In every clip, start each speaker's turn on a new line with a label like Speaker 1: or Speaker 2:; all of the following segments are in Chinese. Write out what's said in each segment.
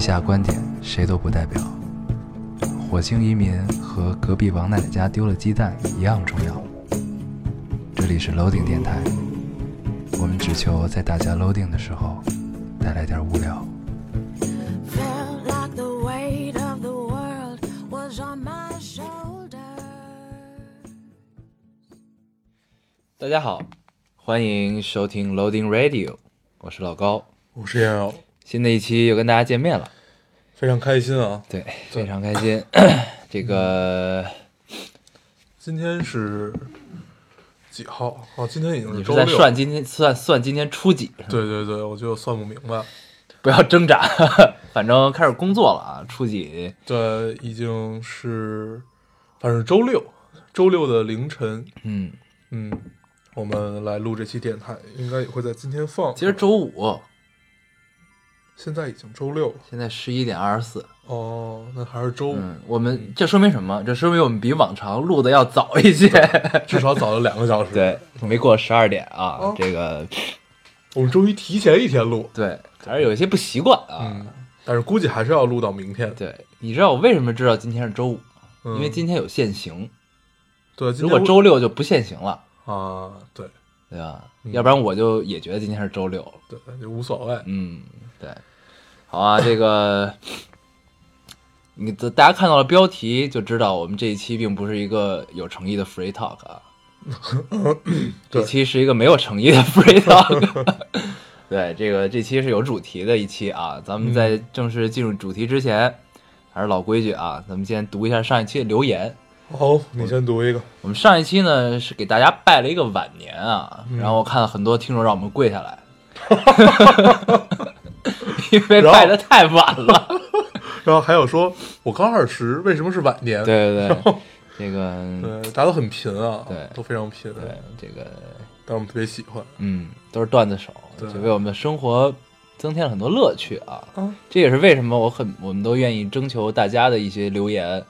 Speaker 1: 下观点谁都不代表。火星移民和隔壁王奶奶家丢了鸡蛋一样重要。这里是 Loading 电台，我们只求在大家 Loading 的时候带来点无聊。
Speaker 2: Felt like the weight of the world was on my shoulders.
Speaker 1: 大家好，欢迎收听 Loading Radio，我是老高。
Speaker 3: 我是燕友，
Speaker 1: 新的一期又跟大家见面了，
Speaker 3: 非常开心啊！
Speaker 1: 对，非常开心。 这个
Speaker 3: 今天是几号？哦，今天已经
Speaker 1: 你
Speaker 3: 是
Speaker 1: 是
Speaker 3: 周
Speaker 1: 在
Speaker 3: 六。
Speaker 1: 算今天算算今天初几？
Speaker 3: 对对对，我就算不明白。
Speaker 1: 不要挣扎， 反正开始工作了啊，初几
Speaker 3: 对，已经是，反正周六，周六的凌晨，
Speaker 1: 嗯，
Speaker 3: 嗯，我们来录这期电台，应该也会在今天放。
Speaker 1: 今儿周五，
Speaker 3: 现在已经周六了，
Speaker 1: 现在十一点二十四。
Speaker 3: 哦，那还是周五，
Speaker 1: 嗯，我们这说明什么？这说明我们比往常录的要早一些。
Speaker 3: 至少早了两个小时。，
Speaker 1: 对，没过十二点啊，
Speaker 3: 哦
Speaker 1: 这个
Speaker 3: 我们终于提前一天录，
Speaker 1: 对，还是有一些不习惯啊。
Speaker 3: 嗯，但是估计还是要录到明天，
Speaker 1: 对，你知道我为什么知道今天是周五？
Speaker 3: 嗯
Speaker 1: 因为今天有限行，
Speaker 3: 对，今
Speaker 1: 如
Speaker 3: 天
Speaker 1: 果
Speaker 3: 我
Speaker 1: 周六就不限行了，
Speaker 3: 啊，对
Speaker 1: 对吧？
Speaker 3: 嗯
Speaker 1: 要不然我就也觉得今天是周六。
Speaker 3: 对，就无所谓。
Speaker 1: 嗯，对，好啊，这个你大大家看到了标题就知道，我们这一期并不是一个有诚意的 free talk 啊，这
Speaker 3: 对
Speaker 1: 期是一个没有诚意的 free talk。对，这个这期是有主题的一期啊，咱们在正式进入主题之前，还是老规矩啊，咱们先读一下上一期的留言。
Speaker 3: 好，你先读一个。
Speaker 1: 我们上一期呢是给大家拜了一个晚年啊，然后我看很多听众让我们跪下 来，因为
Speaker 3: 然后
Speaker 1: 拜的太晚了。
Speaker 3: 然后还有说，我高二时为什么是晚年？
Speaker 1: 对对对，这个
Speaker 3: 对，大家都很贫啊，
Speaker 1: 对
Speaker 3: 都非常贫。
Speaker 1: 对，这个
Speaker 3: 但我们特别喜欢。
Speaker 1: 嗯都是段子手，
Speaker 3: 对
Speaker 1: 就为我们的生活增添了很多乐趣啊。
Speaker 3: 啊，
Speaker 1: 这也是为什么我很我们都愿意征求大家的一些留言，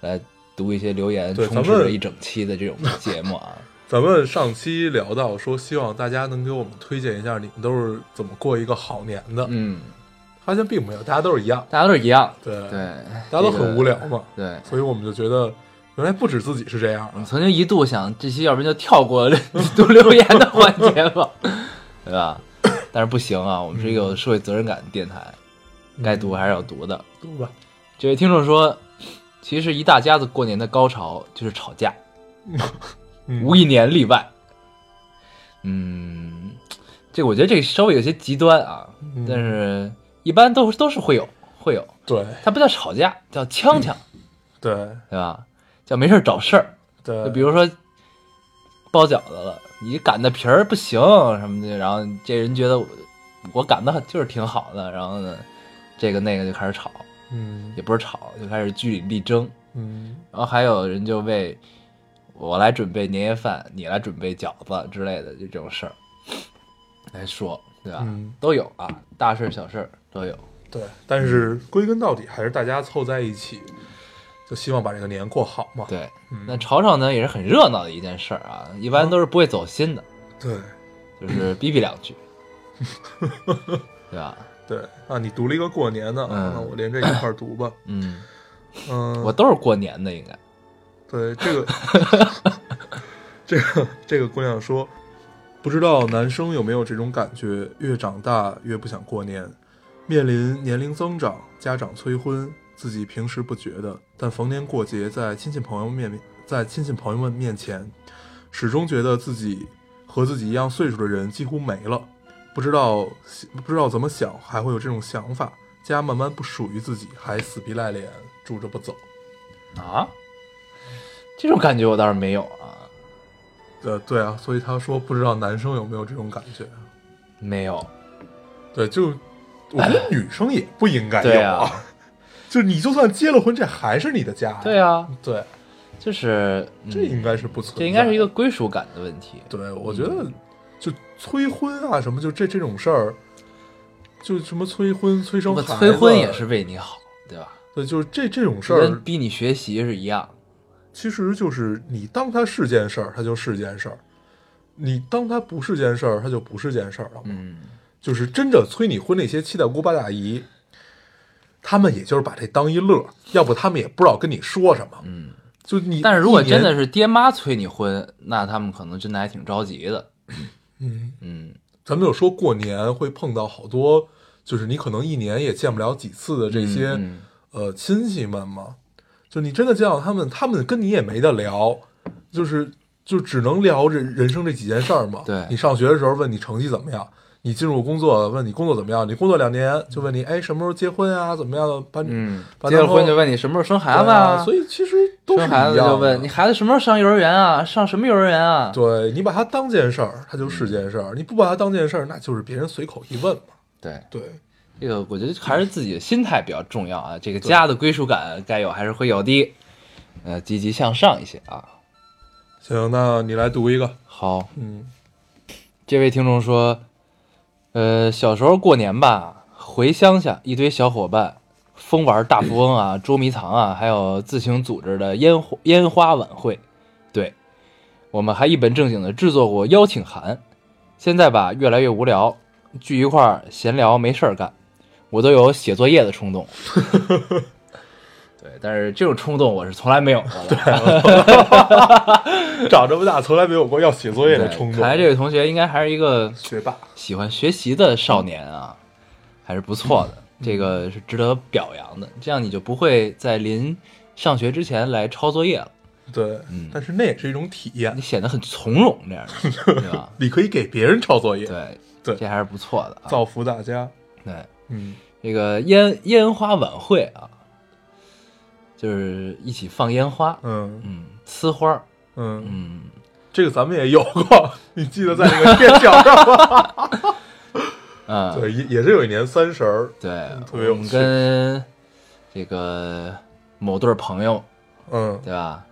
Speaker 1: 来读一些留言，
Speaker 3: 对
Speaker 1: 充
Speaker 3: 咱
Speaker 1: 斥了
Speaker 3: 们
Speaker 1: 一整期的这种节目啊。
Speaker 3: 咱们上期聊到说，希望大家能给我们推荐一下你们都是怎么过一个好年的。
Speaker 1: 嗯，
Speaker 3: 发现并没有，大家都是一样。
Speaker 1: 大家都是一样，
Speaker 3: 对，
Speaker 1: 对，
Speaker 3: 大家都
Speaker 1: 这个
Speaker 3: 很无聊嘛，
Speaker 1: 对。
Speaker 3: 所以我们就觉得原来不止自己是这样
Speaker 1: 我
Speaker 3: 啊。
Speaker 1: 曾经一度想，这期要不然就跳过 读留言的环节吧， 对吧？但是不行啊，我们是一个有社会责任感的电台，该读还是要读的。
Speaker 3: 读吧，
Speaker 1: 这位听众说，其实一大家子过年的高潮就是吵架，
Speaker 3: 嗯
Speaker 1: 无一年例外。嗯，这个我觉得这个稍微有些极端啊，
Speaker 3: 嗯
Speaker 1: 但是一般都都是会有会有，
Speaker 3: 对
Speaker 1: 它不叫吵架，叫呛呛，
Speaker 3: 对
Speaker 1: 对吧？叫没事儿找事儿。
Speaker 3: 对，
Speaker 1: 就比如说包饺子了，你擀的皮儿不行什么的，然后这人觉得我我擀的就是挺好的，然后呢，这个那个就开始吵，
Speaker 3: 嗯
Speaker 1: 也不是吵，就开始据理力争。
Speaker 3: 嗯
Speaker 1: 然后还有人就为我来准备年夜饭，你来准备饺子之类的就这种事儿来哎说，对吧？
Speaker 3: 嗯
Speaker 1: 都有啊，大事儿小事儿都有。
Speaker 3: 对，但是归根到底还是大家凑在一起，就希望把这个年过好嘛。
Speaker 1: 对，
Speaker 3: 嗯
Speaker 1: 那吵吵呢也是很热闹的一件事儿啊，一般都是不会走心的，
Speaker 3: 对
Speaker 1: 就是逼逼两句，对吧？
Speaker 3: 对啊，你读了一个过年的，
Speaker 1: 嗯
Speaker 3: 那我连这一块儿读吧。
Speaker 1: 嗯，
Speaker 3: 嗯，
Speaker 1: 我都是过年的，应该。
Speaker 3: 对这个这个这个姑娘说，不知道男生有没有这种感觉，越长大越不想过年，面临年龄增长，家长催婚，自己平时不觉得，但逢年过节在亲戚朋友面在亲戚朋友们面前，始终觉得自己和自己一样岁数的人几乎没了，不知道不知道怎么想，还会有这种想法。家慢慢不属于自己，还死皮赖脸住着不走。
Speaker 1: 啊？这种感觉我倒是没有啊，
Speaker 3: 呃，对啊，所以他说不知道男生有没有这种感觉。啊
Speaker 1: 没有。
Speaker 3: 对，就我觉得女生也不应该有
Speaker 1: 哎对啊，
Speaker 3: 就你就算结了婚，这还是你的家呀。
Speaker 1: 对啊，
Speaker 3: 对，
Speaker 1: 就是、嗯
Speaker 3: 这应该是不存在。
Speaker 1: 这应该是一个嗯归属感的问题。
Speaker 3: 对，我觉得就催婚啊什么，就这这种事儿，就什么催婚、催生
Speaker 1: 我
Speaker 3: 孩子，
Speaker 1: 催婚也是为你好，对吧？
Speaker 3: 对，就是这这种事
Speaker 1: 就跟
Speaker 3: 儿，
Speaker 1: 逼你学习是一样。
Speaker 3: 其实就是你当它是件事儿，它就是件事儿；你当它不是件事儿，它就不是件事儿了嘛。
Speaker 1: 嗯，
Speaker 3: 就是真正催你婚那些七大姑八大姨，他们也就是把这当一乐儿，要不他们也不知道跟你说什么。嗯，就你，
Speaker 1: 但是如果
Speaker 3: 一
Speaker 1: 真
Speaker 3: 年
Speaker 1: 的是爹妈催你婚，那他们可能真的还挺着急的。
Speaker 3: 嗯，
Speaker 1: 嗯，
Speaker 3: 咱们就说过年会碰到好多，就是你可能一年也见不了几次的这些、
Speaker 1: 嗯
Speaker 3: 呃亲戚们嘛，就你真的见到他们，他们跟你也没得聊，就是就只能聊人人生这几件事儿嘛。
Speaker 1: 对
Speaker 3: 你上学的时候问你成绩怎么样，你进入工作问你工作怎么样，你工作两年就问你哎什么时候结婚啊，怎么样把
Speaker 1: 嗯，
Speaker 3: 把
Speaker 1: 结了婚
Speaker 3: 男朋
Speaker 1: 就
Speaker 3: 友
Speaker 1: 问你什么时候生孩
Speaker 3: 对
Speaker 1: 子
Speaker 3: 啊，所以其实都是
Speaker 1: 生孩
Speaker 3: 一
Speaker 1: 子
Speaker 3: 样
Speaker 1: 就
Speaker 3: 的
Speaker 1: 问你孩子什么时候上幼儿园啊，上什么幼儿园啊？
Speaker 3: 对你把它当件事儿，
Speaker 1: 嗯
Speaker 3: 它就是件事儿；你不把它当件事儿，那就是别人随口一问嘛。
Speaker 1: 对，
Speaker 3: 对，
Speaker 1: 这个我觉得还是自己的心态比较重要啊，这个家的归属感该有还是会有的，呃，积极向上一些啊。
Speaker 3: 行，那你来读一个。
Speaker 1: 好，
Speaker 3: 嗯，
Speaker 1: 这位听众说，呃，小时候过年吧，回乡下一堆小伙伴疯玩大富翁啊、捉迷藏啊，还有自行组织的烟火烟花晚会。对，我们还一本正经的制作过邀请函。现在吧，越来越无聊，聚一块儿闲聊没事儿干，我都有写作业的冲 动。对，但是这种冲动我是从来没有过的。
Speaker 3: 长这么大从来没有过要写作业的冲动。
Speaker 1: 看来这位同学应该还是一个
Speaker 3: 学霸，
Speaker 1: 喜欢学习的少年啊，还是不错
Speaker 3: 嗯
Speaker 1: 的，这个是值得表扬的。这样你就不会在临上学之前来抄作业了，
Speaker 3: 对，但是那也是一种体验
Speaker 1: 嗯你，显得很从容，这样 的，对吧？
Speaker 3: 你可以给别人抄作业，
Speaker 1: 对，
Speaker 3: 对
Speaker 1: 这还是不错的啊。
Speaker 3: 造福大家。
Speaker 1: 对，
Speaker 3: 嗯，
Speaker 1: 这个烟烟花晚会啊，就是一起放烟花，
Speaker 3: 嗯
Speaker 1: 嗯，呲花儿，
Speaker 3: 嗯，
Speaker 1: 嗯，
Speaker 3: 这个咱们也有过，你记得在那个天桥上吗？
Speaker 1: 啊，
Speaker 3: 对，也也是有一年三十儿，
Speaker 1: 对，
Speaker 3: 特别有
Speaker 1: 我们
Speaker 3: 趣
Speaker 1: 跟这个某对儿朋友，
Speaker 3: 嗯，
Speaker 1: 对吧？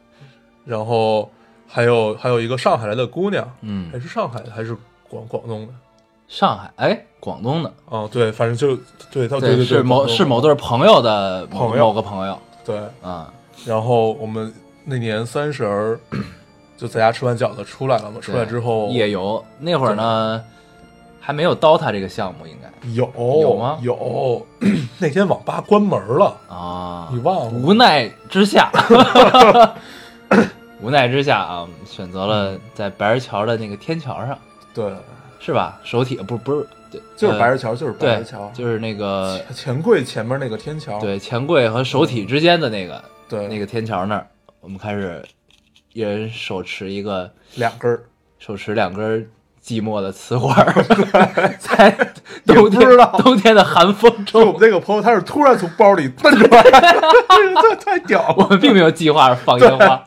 Speaker 3: 然后还有还有一个上海来的姑娘，
Speaker 1: 嗯
Speaker 3: 还，是上海的还是广广东的？
Speaker 1: 上海，哎，广东的，
Speaker 3: 哦，对，反正就对，他对对，
Speaker 1: 是某是某
Speaker 3: 对
Speaker 1: 对朋友的某
Speaker 3: 朋友
Speaker 1: 某个朋友
Speaker 3: 对，
Speaker 1: 啊，
Speaker 3: 然后我们那年三十儿就在家吃完饺子出来了嘛，出来
Speaker 1: 对
Speaker 3: 之后
Speaker 1: 夜游那会儿呢，还没有 DOTA 这个项目，应该
Speaker 3: 有
Speaker 1: 有吗
Speaker 3: 有那天网吧关门了，
Speaker 1: 啊，
Speaker 3: 你忘了？
Speaker 1: 无奈之下， 无奈之下啊，选择了在白石桥的那个天桥上，
Speaker 3: 对，
Speaker 1: 是吧？首体不不是，
Speaker 3: 就是白
Speaker 1: 石
Speaker 3: 石桥，就是白
Speaker 1: 呃对
Speaker 3: 石桥，，
Speaker 1: 就是那个
Speaker 3: 钱柜前面那个天桥。
Speaker 1: 对钱柜和首体之间的那个
Speaker 3: 对，
Speaker 1: 那个天桥那儿，我们开始一人手持一个。
Speaker 3: 两根儿，
Speaker 1: 手持两根寂寞的瓷花儿， 在冬天
Speaker 3: 也不知道
Speaker 1: 冬天的寒风
Speaker 3: 就我们
Speaker 1: 中，
Speaker 3: 那个朋友，他是突然从包里蹬出来， 这太屌
Speaker 1: 我
Speaker 3: 了！
Speaker 1: 们并没有计划放烟花。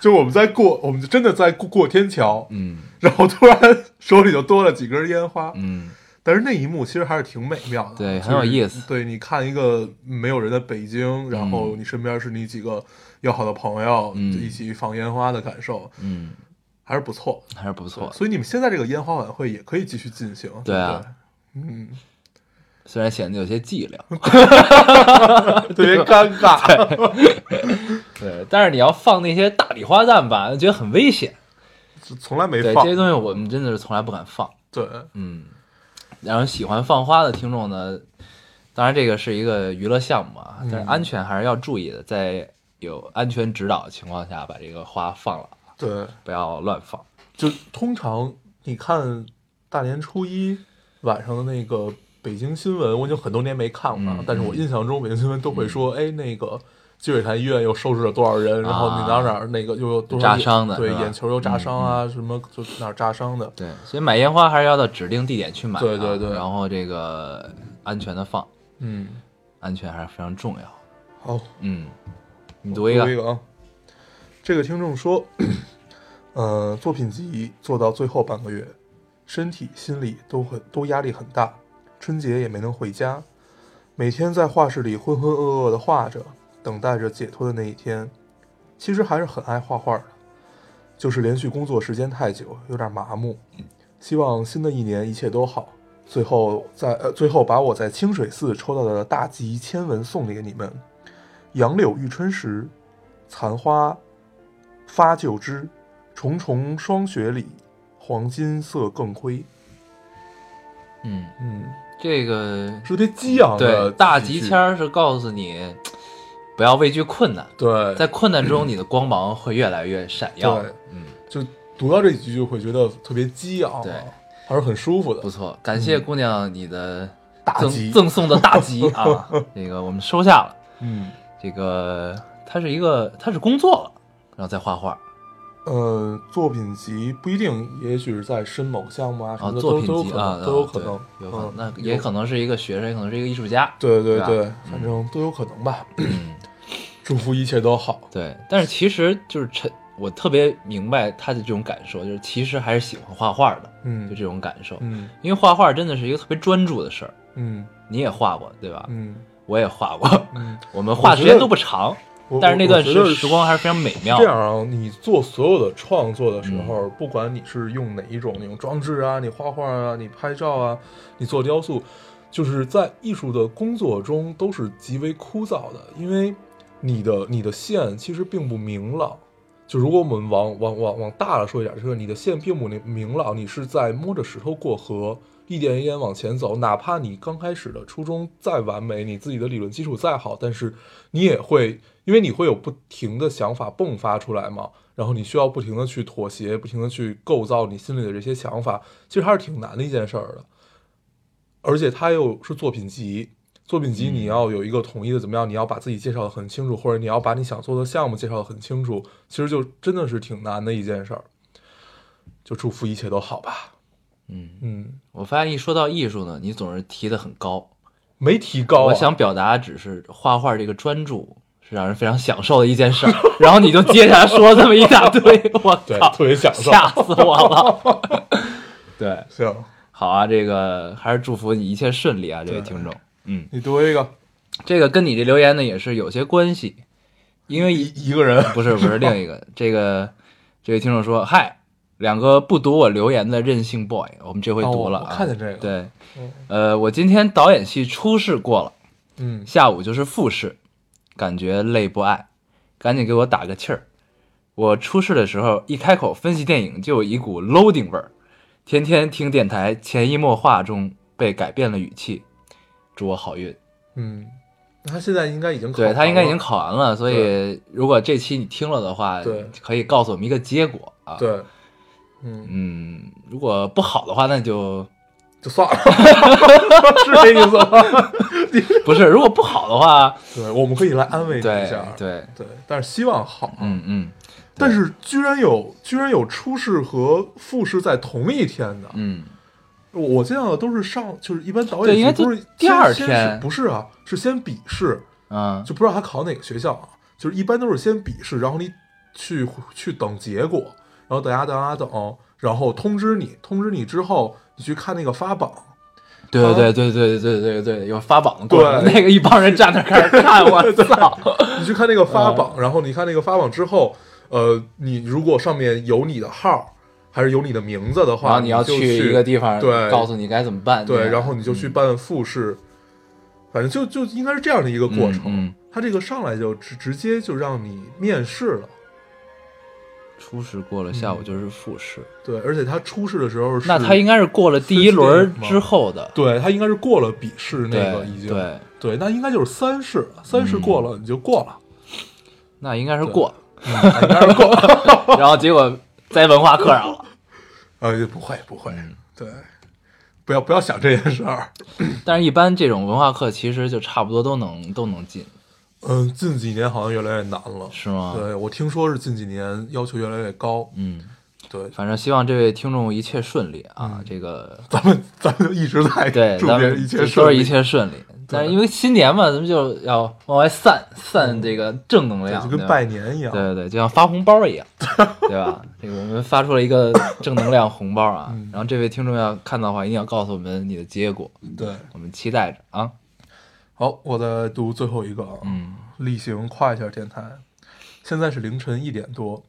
Speaker 3: 就我们在过，我们就真的在过过天桥，
Speaker 1: 嗯
Speaker 3: 然后突然手里就多了几根烟花，
Speaker 1: 嗯，
Speaker 3: 但是那一幕其实还是挺美妙的，
Speaker 1: 对
Speaker 3: 就是
Speaker 1: 很有意思
Speaker 3: 对，你看一个没有人的北京，然后你身边是你几个要好的朋友，
Speaker 1: 嗯
Speaker 3: 就一起放烟花的感受，
Speaker 1: 嗯，
Speaker 3: 还是不错。
Speaker 1: 还是不错。
Speaker 3: 所以你们现在这个烟花晚会也可以继续进行，
Speaker 1: 对
Speaker 3: 对
Speaker 1: 啊
Speaker 3: 不对，嗯，
Speaker 1: 虽然显得有些寂寥，
Speaker 3: 特别尴 尬。
Speaker 1: 对，但是你要放那些大礼花弹吧，觉得很危险。
Speaker 3: 从来没
Speaker 1: 对，
Speaker 3: 放
Speaker 1: 这，些东西我们真的是从来不敢放。
Speaker 3: 对，
Speaker 1: 嗯，然后喜欢放花的听众呢，当然这个是一个娱乐项目啊，但是
Speaker 3: 嗯
Speaker 1: 安全还是要注意的，在有安全指导的情况下把这个花放了，
Speaker 3: 对，
Speaker 1: 不要乱放。
Speaker 3: 就通常你看大年初一晚上的那个北京新闻，我已经很多年没看了，
Speaker 1: 嗯
Speaker 3: 但是我印象中北京新闻都会说，哎，那个积水潭医院又收治了多少人，然后
Speaker 1: 啊
Speaker 3: 你哪儿哪儿那个又有多少
Speaker 1: 扎
Speaker 3: 眼
Speaker 1: 伤的
Speaker 3: 对，
Speaker 1: 是吧嗯
Speaker 3: 眼球又扎伤啊，什么就哪儿扎伤的，
Speaker 1: 对，所以买烟花还是要到指定地点去买啊、
Speaker 3: 对对对
Speaker 1: 然后这个安全的放，
Speaker 3: 嗯，
Speaker 1: 安全还是非常重要。
Speaker 3: 好，
Speaker 1: 嗯，你
Speaker 3: 读
Speaker 1: 读一个，
Speaker 3: 啊。这个听众说， 呃，作品集做到最后半个月，身体、心理都很都压力很大，春节也没能回家，每天在画室里浑浑噩噩的画着，等待着解脱的那一天。其实还是很爱画画的，就是连续工作时间太久，有点麻木。希望新的一年一切都好。最后在呃，最后把我在清水寺抽到的大吉签文送给你们。杨柳遇春时，残花发旧枝，重重霜雪里，黄金色更辉。
Speaker 1: 嗯，
Speaker 3: 嗯，
Speaker 1: 这这个
Speaker 3: 是特别激昂的
Speaker 1: 对大
Speaker 3: 喜
Speaker 1: 吉
Speaker 3: 剧
Speaker 1: 签儿是告诉你，不要畏惧困难，
Speaker 3: 对，
Speaker 1: 在困难中你的光芒会越来越闪耀
Speaker 3: 对。
Speaker 1: 嗯，
Speaker 3: 就读到这几句就会觉得特别激昂，
Speaker 1: 对，
Speaker 3: 还是很舒服的
Speaker 1: 不。错，感谢姑娘你的
Speaker 3: 嗯大
Speaker 1: 赠
Speaker 3: 吉
Speaker 1: 赠送的大 吉啊！这个我们收下了。
Speaker 3: 嗯，
Speaker 1: 这个他是一个他是工作了，然后再画画
Speaker 3: 呃，作品集不一定，也许是在申某项目啊什
Speaker 1: 啊，
Speaker 3: 么的
Speaker 1: 作
Speaker 3: 都
Speaker 1: 品
Speaker 3: 都有
Speaker 1: 集
Speaker 3: 可
Speaker 1: 啊，
Speaker 3: 能，都有
Speaker 1: 啊
Speaker 3: 可能
Speaker 1: 对，有可
Speaker 3: 嗯
Speaker 1: 能，那也可能是一个学生，也可能是一个艺术家。
Speaker 3: 对对
Speaker 1: 对
Speaker 3: 对，反正都有可能吧。
Speaker 1: 嗯，
Speaker 3: 祝福一切都好。
Speaker 1: 对，但是其实就是陈，我特别明白他的这种感受，就是其实还是喜欢画画的，
Speaker 3: 嗯
Speaker 1: 就这种感受，
Speaker 3: 嗯
Speaker 1: 因为画画真的是一个特别专注的事儿。
Speaker 3: 嗯
Speaker 1: 你也画过对吧？
Speaker 3: 嗯
Speaker 1: 我也画过，
Speaker 3: 嗯，
Speaker 1: 我们画的时间都不长，
Speaker 3: 我
Speaker 1: 但是那段
Speaker 3: 我觉得
Speaker 1: 时时光还是非常美妙
Speaker 3: 这。样啊，你做所有的创作的时候，不管你是用哪一种那种装置啊，你画画啊，你拍照啊，你做雕塑，就是在艺术的工作中都是极为枯燥的，因为你的你的线其实并不明朗。就如果我们往往往往大了说一点，就是你的线并不明朗，你是在摸着石头过河，一点一点往前走。哪怕你刚开始的初衷再完美，你自己的理论基础再好，但是你也会，因为你会有不停的想法迸发出来嘛，然后你需要不停的去妥协，不停的去构造你心里的这些想法，其实还是挺难的一件事儿的。而且它又是作品集，作品
Speaker 1: 嗯
Speaker 3: 集你要有一个统一的怎么样？你要把自己介绍的很清楚，或者你要把你想做的项目介绍的很清楚，其实就真的是挺难的一件事儿。就祝福一切都好吧。
Speaker 1: 嗯，
Speaker 3: 嗯，
Speaker 1: 我发现一说到艺术呢，你总是提得很高。
Speaker 3: 没提高、啊，
Speaker 1: 我想表达只是画画这个专注是让人非常享受的一件事儿，然后你就接下来说这么一大 堆，我
Speaker 3: 对
Speaker 1: 操，
Speaker 3: 特别享受。
Speaker 1: 吓死我 了。对，
Speaker 3: 行，
Speaker 1: 好啊，这个还是祝福你一切顺利啊，这位
Speaker 3: 对
Speaker 1: 听众。嗯，
Speaker 3: 你读一个
Speaker 1: 这个跟你这留言呢也是有些关系，因为
Speaker 3: 一一个人，
Speaker 1: 不是不是另一 个，这个这位听众说，嗨，两个不读我留言的任性 boy，我们这回
Speaker 3: 哦
Speaker 1: 读
Speaker 3: 我
Speaker 1: 了、啊
Speaker 3: 我看见这个
Speaker 1: 对
Speaker 3: 嗯，
Speaker 1: 呃，我今天导演系初试过了。
Speaker 3: 嗯，
Speaker 1: 下午就是复试，感觉累不爱，赶紧给我打个气儿。我出事的时候一开口分析电影，就有一股 loading 味儿。天天听电台，潜移默化中被改变了语气。祝我好运。
Speaker 3: 嗯，那他现在应该已经考
Speaker 1: 对他应该已经
Speaker 3: 考
Speaker 1: 考完了，所以如果这期你听了的话，
Speaker 3: 对
Speaker 1: 可以告诉我们一个结果啊。
Speaker 3: 了，对，嗯，
Speaker 1: 嗯，如果不好的话，那就
Speaker 3: 就算了，是这意思吗？
Speaker 1: 不是；如果不好的话，
Speaker 3: 对，我们可以啊来安慰你一
Speaker 1: 对
Speaker 3: 下，
Speaker 1: 对，
Speaker 3: 对，但是希望好，啊
Speaker 1: 嗯嗯
Speaker 3: 但是居然有居然有初试和复试在同一天的，
Speaker 1: 嗯，
Speaker 3: 我我见到的都是上就是一般导
Speaker 1: 对
Speaker 3: 演
Speaker 1: 应该
Speaker 3: 系不
Speaker 1: 就是第
Speaker 3: 先
Speaker 1: 二
Speaker 3: 先
Speaker 1: 天
Speaker 3: 是不是啊，是先笔试，
Speaker 1: 啊，
Speaker 3: 就不知道他考哪个学校啊，就是一般都是先笔试，然后你去去等结果，然后等啊等啊等，然后通知你，通知你之后你去看那个发榜，
Speaker 1: 对
Speaker 3: 好
Speaker 1: 对对对对对对，有发榜的过程，
Speaker 3: 对
Speaker 1: 那个一帮人站那儿开始看， 我操！
Speaker 3: 你去看那个
Speaker 1: 啊
Speaker 3: 发榜，然后你看那个发榜之后，呃，你如果上面有你的号还是有你的名字的
Speaker 1: 然
Speaker 3: 话，
Speaker 1: 后你要
Speaker 3: 就
Speaker 1: 去一个地方，
Speaker 3: 对
Speaker 1: 告诉嗯你该怎么办，吧
Speaker 3: 对，然后你就去办复试，反正就就应该是这样的一个过程。
Speaker 1: 嗯嗯
Speaker 3: 他这个上来就直直接就让你面试了，
Speaker 1: 初试过了，下午就是复试，
Speaker 3: 对，而且他初试的时候是，
Speaker 1: 嗯那他应该是过了第一轮之后的，
Speaker 3: 对他应该是过了笔试
Speaker 1: 对
Speaker 3: 那个已经
Speaker 1: 对，嗯
Speaker 3: 对那应该就是三试，三试过了你就过了，
Speaker 1: 那应该是过，
Speaker 3: 嗯应该是过了，
Speaker 1: 然后结果在文化课上了，
Speaker 3: 呃，不会不会，对，不要不要想这件事儿，
Speaker 1: 但是一般这种文化课其实就差不多都能都能进，
Speaker 3: 嗯，近几年好像越来越难了，
Speaker 1: 是吗
Speaker 3: 对，我听说是近几年要求越来越高，
Speaker 1: 嗯，
Speaker 3: 对，
Speaker 1: 反正希望这位听众一切顺利啊，
Speaker 3: 嗯
Speaker 1: 这个
Speaker 3: 咱们咱们就一直在
Speaker 1: 对，
Speaker 3: 祝
Speaker 1: 咱
Speaker 3: 别人
Speaker 1: 们
Speaker 3: 一
Speaker 1: 就说
Speaker 3: 切顺
Speaker 1: 是
Speaker 3: 利，
Speaker 1: 一切顺利。但是因为新年嘛，咱们就要往外散散这个正能量，
Speaker 3: 嗯就
Speaker 1: 对
Speaker 3: 跟
Speaker 1: 吧
Speaker 3: 拜年一样，
Speaker 1: 对对对，就像发红包一 样，对吧？这个我们发出了一个正能量红包啊，
Speaker 3: 嗯
Speaker 1: 然后这位听众要看到的话，一定要告诉我们你的结果，
Speaker 3: 对，
Speaker 1: 我们期待着啊。
Speaker 3: 好，我再读最后一个啊，
Speaker 1: 嗯，
Speaker 3: 例行跨一下电台。现在是凌晨一点多，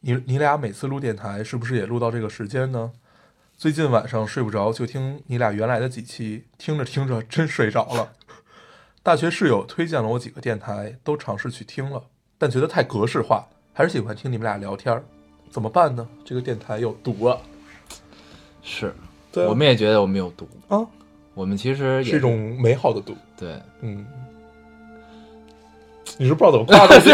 Speaker 3: 你你俩每次录电台是不是也录到这个时间呢？最近晚上睡不着，就听你俩原来的几期，听着听着真睡着了。大学室友推荐了我几个电台，都尝试去听了，但觉得太格式化，还是喜欢听你们俩聊天儿，怎么办呢？这个电台有毒啊！
Speaker 1: 是，
Speaker 3: 对啊
Speaker 1: 我们也觉得我们有毒，
Speaker 3: 啊，
Speaker 1: 我们其实也
Speaker 3: 是一种美好的赌。
Speaker 1: 对，
Speaker 3: 嗯，你是不知道怎么夸 自己，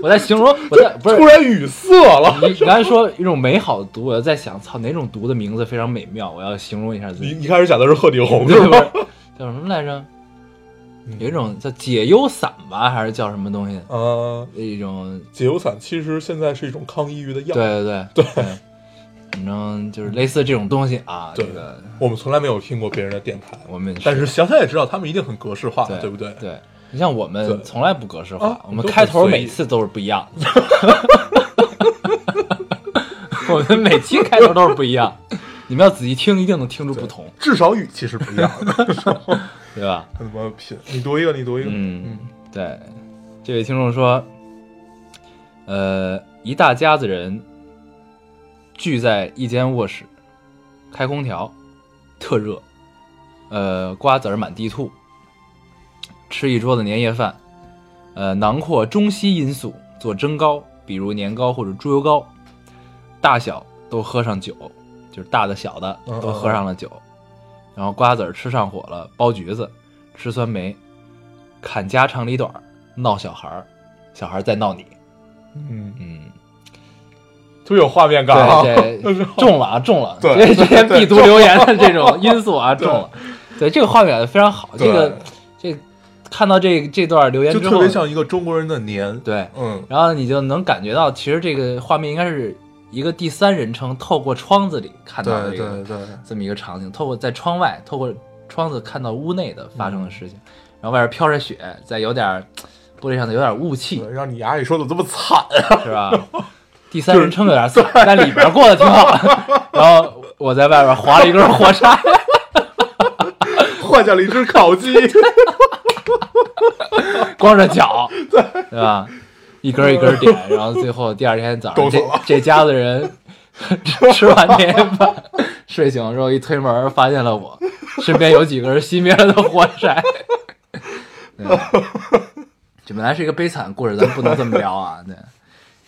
Speaker 1: 我在形容，我 在不是
Speaker 3: 突然语塞了。
Speaker 1: 你你刚才说一种美好的毒，我就在想，操，哪种毒的名字非常美妙？我要形容一下自
Speaker 3: 你
Speaker 1: 己，
Speaker 3: 你开始想的是鹤顶红
Speaker 1: 对
Speaker 3: 是
Speaker 1: 不
Speaker 3: 吗？
Speaker 1: 是？叫什么来着？
Speaker 3: 嗯
Speaker 1: 有一种叫解忧散吧，还是叫什么东西？
Speaker 3: 啊，
Speaker 1: 一种
Speaker 3: 解忧散其实现在是一种抗抑郁的药。
Speaker 1: 对，对对对，反正就是类似这种东西啊。这
Speaker 3: 对
Speaker 1: 个
Speaker 3: 我们从来没有听过别人的电台，
Speaker 1: 我们
Speaker 3: 但是想想也知道，他们一定很格式化，
Speaker 1: 对
Speaker 3: 不对？
Speaker 1: 对，你像我们
Speaker 3: 对
Speaker 1: 从来不格式化
Speaker 3: 啊，
Speaker 1: 我们
Speaker 3: 都
Speaker 1: 开
Speaker 3: 很
Speaker 1: 头
Speaker 3: 随意
Speaker 1: 每次都是不一样的。 我们每期开头都是不一样，你们要仔细听，一定能听出不同，
Speaker 3: 至少语气是不一样的。
Speaker 1: 对吧？
Speaker 3: 他他妈品，你读一个，你读一个。
Speaker 1: 嗯，对，这位听众说，呃，一大家子人聚在一间卧室，开空调，特热，呃，瓜子儿满地吐，吃一桌子年夜饭，呃，囊括中西因素做蒸糕，比如年糕或者猪油糕，大小都喝上酒，就是大的小的
Speaker 3: 嗯
Speaker 1: 都喝上了酒，然后瓜子儿吃上火了，包橘子，吃酸梅，砍家长里短儿，闹小孩儿，小孩儿再闹你，
Speaker 3: 嗯，
Speaker 1: 嗯，
Speaker 3: 特别有画面感啊！
Speaker 1: 对对，中了啊，中了，
Speaker 3: 对
Speaker 1: 这这些
Speaker 3: 对
Speaker 1: 必读留言的这种因素啊，中了，对，这个画面感非常好，这
Speaker 3: 对
Speaker 1: 个这看到这这段留言
Speaker 3: 就
Speaker 1: 之
Speaker 3: 特
Speaker 1: 后
Speaker 3: 别，像一个中国人的年。，
Speaker 1: 对，
Speaker 3: 嗯，
Speaker 1: 然后你就能感觉到，其实这个画面应该是一个第三人称透过窗子里看到的
Speaker 3: 对
Speaker 1: 这个
Speaker 3: 对对，
Speaker 1: 这么一个场景，透过在窗外，透过窗子看到屋内的发
Speaker 3: 嗯
Speaker 1: 生的事情，然后外边飘着雪，再有点儿玻璃上的有点雾气，
Speaker 3: 对让你牙里说的这么惨啊！
Speaker 1: 是 吧？第三人称有点惨，但里边过得挺好。 然后我在外边划了一根火柴，
Speaker 3: 换下了一只 烤鸡，
Speaker 1: 光着脚，对吧？一根一根点，然后最后第二天早上，
Speaker 3: 都
Speaker 1: 这
Speaker 3: 走了
Speaker 1: 这家子 人吃完年夜饭，睡醒之后一推门，发现了我身边有几根熄灭了的火柴。对吧这本来是一个悲惨的故事，咱们不能这么聊啊。对，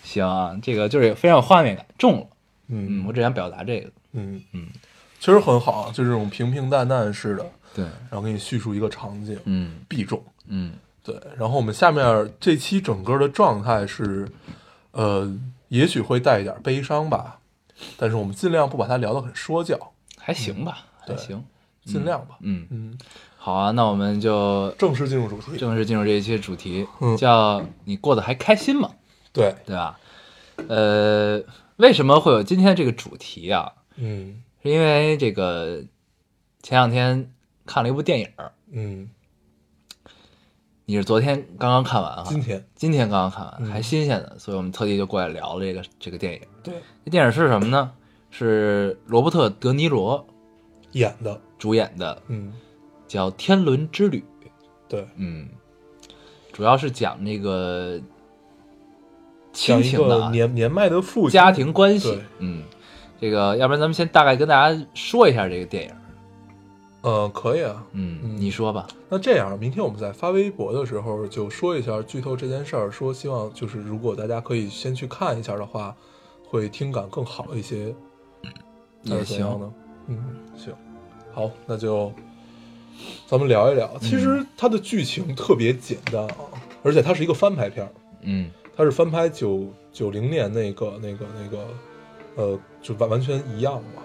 Speaker 1: 行啊，这个就是非常有画面感，中了。嗯，我只想表达这个。
Speaker 3: 嗯嗯，其实很好，啊就这种平平淡淡似的，
Speaker 1: 对，
Speaker 3: 然后给你叙述一个场景，
Speaker 1: 嗯。
Speaker 3: 必中。
Speaker 1: 嗯
Speaker 3: 对，然后我们下面这期整个的状态是，呃，也许会带一点悲伤吧，但是我们尽量不把它聊得很说教，，
Speaker 1: 还行吧，还
Speaker 3: 嗯对
Speaker 1: 行，
Speaker 3: 尽量吧。
Speaker 1: 嗯，
Speaker 3: 嗯，
Speaker 1: 好啊，那我们就
Speaker 3: 正式进入主题。
Speaker 1: 正式进入这一期主题，
Speaker 3: 嗯
Speaker 1: 叫你过得还开心吗？
Speaker 3: 对，
Speaker 1: 对吧？呃，为什么会有今天这个主题啊？
Speaker 3: 嗯
Speaker 1: 是因为这个前两天看了一部电影儿，
Speaker 3: 嗯，
Speaker 1: 你是昨天刚刚看完啊？
Speaker 3: 今天
Speaker 1: 今天刚刚看完，
Speaker 3: 嗯
Speaker 1: 还新鲜的，所以我们特地就过来聊了这个这个电影。
Speaker 3: 对
Speaker 1: 这电影是什么呢？是罗伯特·德尼罗
Speaker 3: 演的，
Speaker 1: 主演的，
Speaker 3: 嗯，
Speaker 1: 叫《天伦之旅》。
Speaker 3: 对，
Speaker 1: 嗯，主要是讲那个亲
Speaker 3: 讲一
Speaker 1: 情的
Speaker 3: 个
Speaker 1: 啊
Speaker 3: 年年迈的父亲，
Speaker 1: 家庭关系
Speaker 3: 对。
Speaker 1: 嗯，这个要不然咱们先大概跟大家说一下这个电影。
Speaker 3: 呃，可以啊。
Speaker 1: 嗯，
Speaker 3: 嗯
Speaker 1: 你说吧。
Speaker 3: 那这样，明天我们在发微博的时候就说一下剧透这件事儿，说希望就是如果大家可以先去看一下的话，会听感更好一些。那
Speaker 1: 也
Speaker 3: 是怎样
Speaker 1: 行，
Speaker 3: 呢？嗯，行，好，那就咱们聊一聊。其
Speaker 1: 嗯
Speaker 3: 实它的剧情特别简单啊，而且它是一个翻拍片儿，
Speaker 1: 嗯
Speaker 3: 它是翻拍九九零年那个那个那个，呃，就完完全一样 嘛。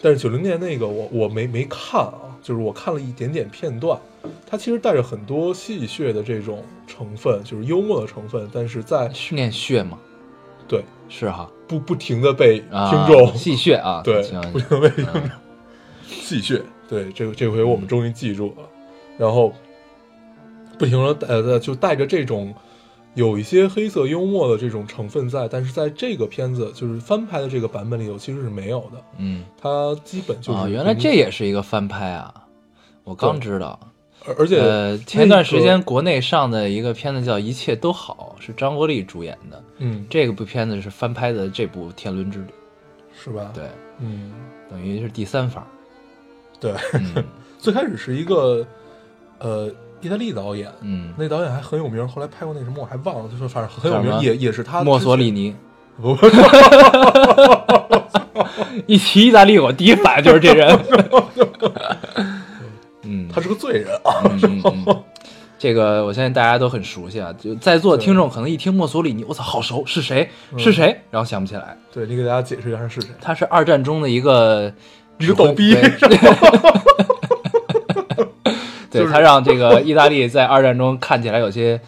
Speaker 3: 但是九零年那个我我没没看啊，就是我看了一点点片段，它其实带着很多戏谑的这种成分，就是幽默的成分，但是在
Speaker 1: 是念血吗？
Speaker 3: 对
Speaker 1: 是哈，
Speaker 3: 不不停的被
Speaker 1: 啊，
Speaker 3: 听众、
Speaker 1: 戏谑啊，
Speaker 3: 对
Speaker 1: 行，
Speaker 3: 不停的被 听众
Speaker 1: 嗯
Speaker 3: 戏谑。对，这这回我们终于记住了，然后不停的呃，就带着这种有一些黑色幽默的这种成分在，但是在这个片子就是翻拍的这个版本里头其实是没有的，
Speaker 1: 嗯，
Speaker 3: 它基本就是、
Speaker 1: 啊，原来这，也是一个翻拍啊，我刚
Speaker 3: 对
Speaker 1: 知道。
Speaker 3: 而而且、
Speaker 1: 呃，前段时间，国内上的一个片子叫《一切都好》，是张国立主演的。
Speaker 3: 嗯，
Speaker 1: 这个部片子是翻拍的这部《天伦之旅》，
Speaker 3: 是吧？，
Speaker 1: 对，
Speaker 3: 嗯，
Speaker 1: 等于是第三 方。
Speaker 3: 对，
Speaker 1: 嗯
Speaker 3: 最开始是一个呃意大利导演。
Speaker 1: 嗯，
Speaker 3: 那导演还很有名，后来拍过那什么我还忘了，就是反正很有
Speaker 1: 叫什
Speaker 3: 名，
Speaker 1: 么
Speaker 3: 也也是他
Speaker 1: 墨
Speaker 3: 之
Speaker 1: 索
Speaker 3: 前
Speaker 1: 里尼，
Speaker 3: 不不
Speaker 1: 一提意大利，我第一反应就是这人。
Speaker 3: 他是个罪人啊。
Speaker 1: 嗯嗯嗯，这个我相信大家都很熟悉啊，就在座的听众可能一听墨索里尼，我操，好熟，是谁？
Speaker 3: 嗯
Speaker 1: 是谁？然后想不起来，
Speaker 3: 对你给大家解释一下他是谁？
Speaker 1: 他是二战中的一个
Speaker 3: 一个逗 逼
Speaker 1: 对对
Speaker 3: 就是
Speaker 1: 他让这个意大利在二战中看起来有些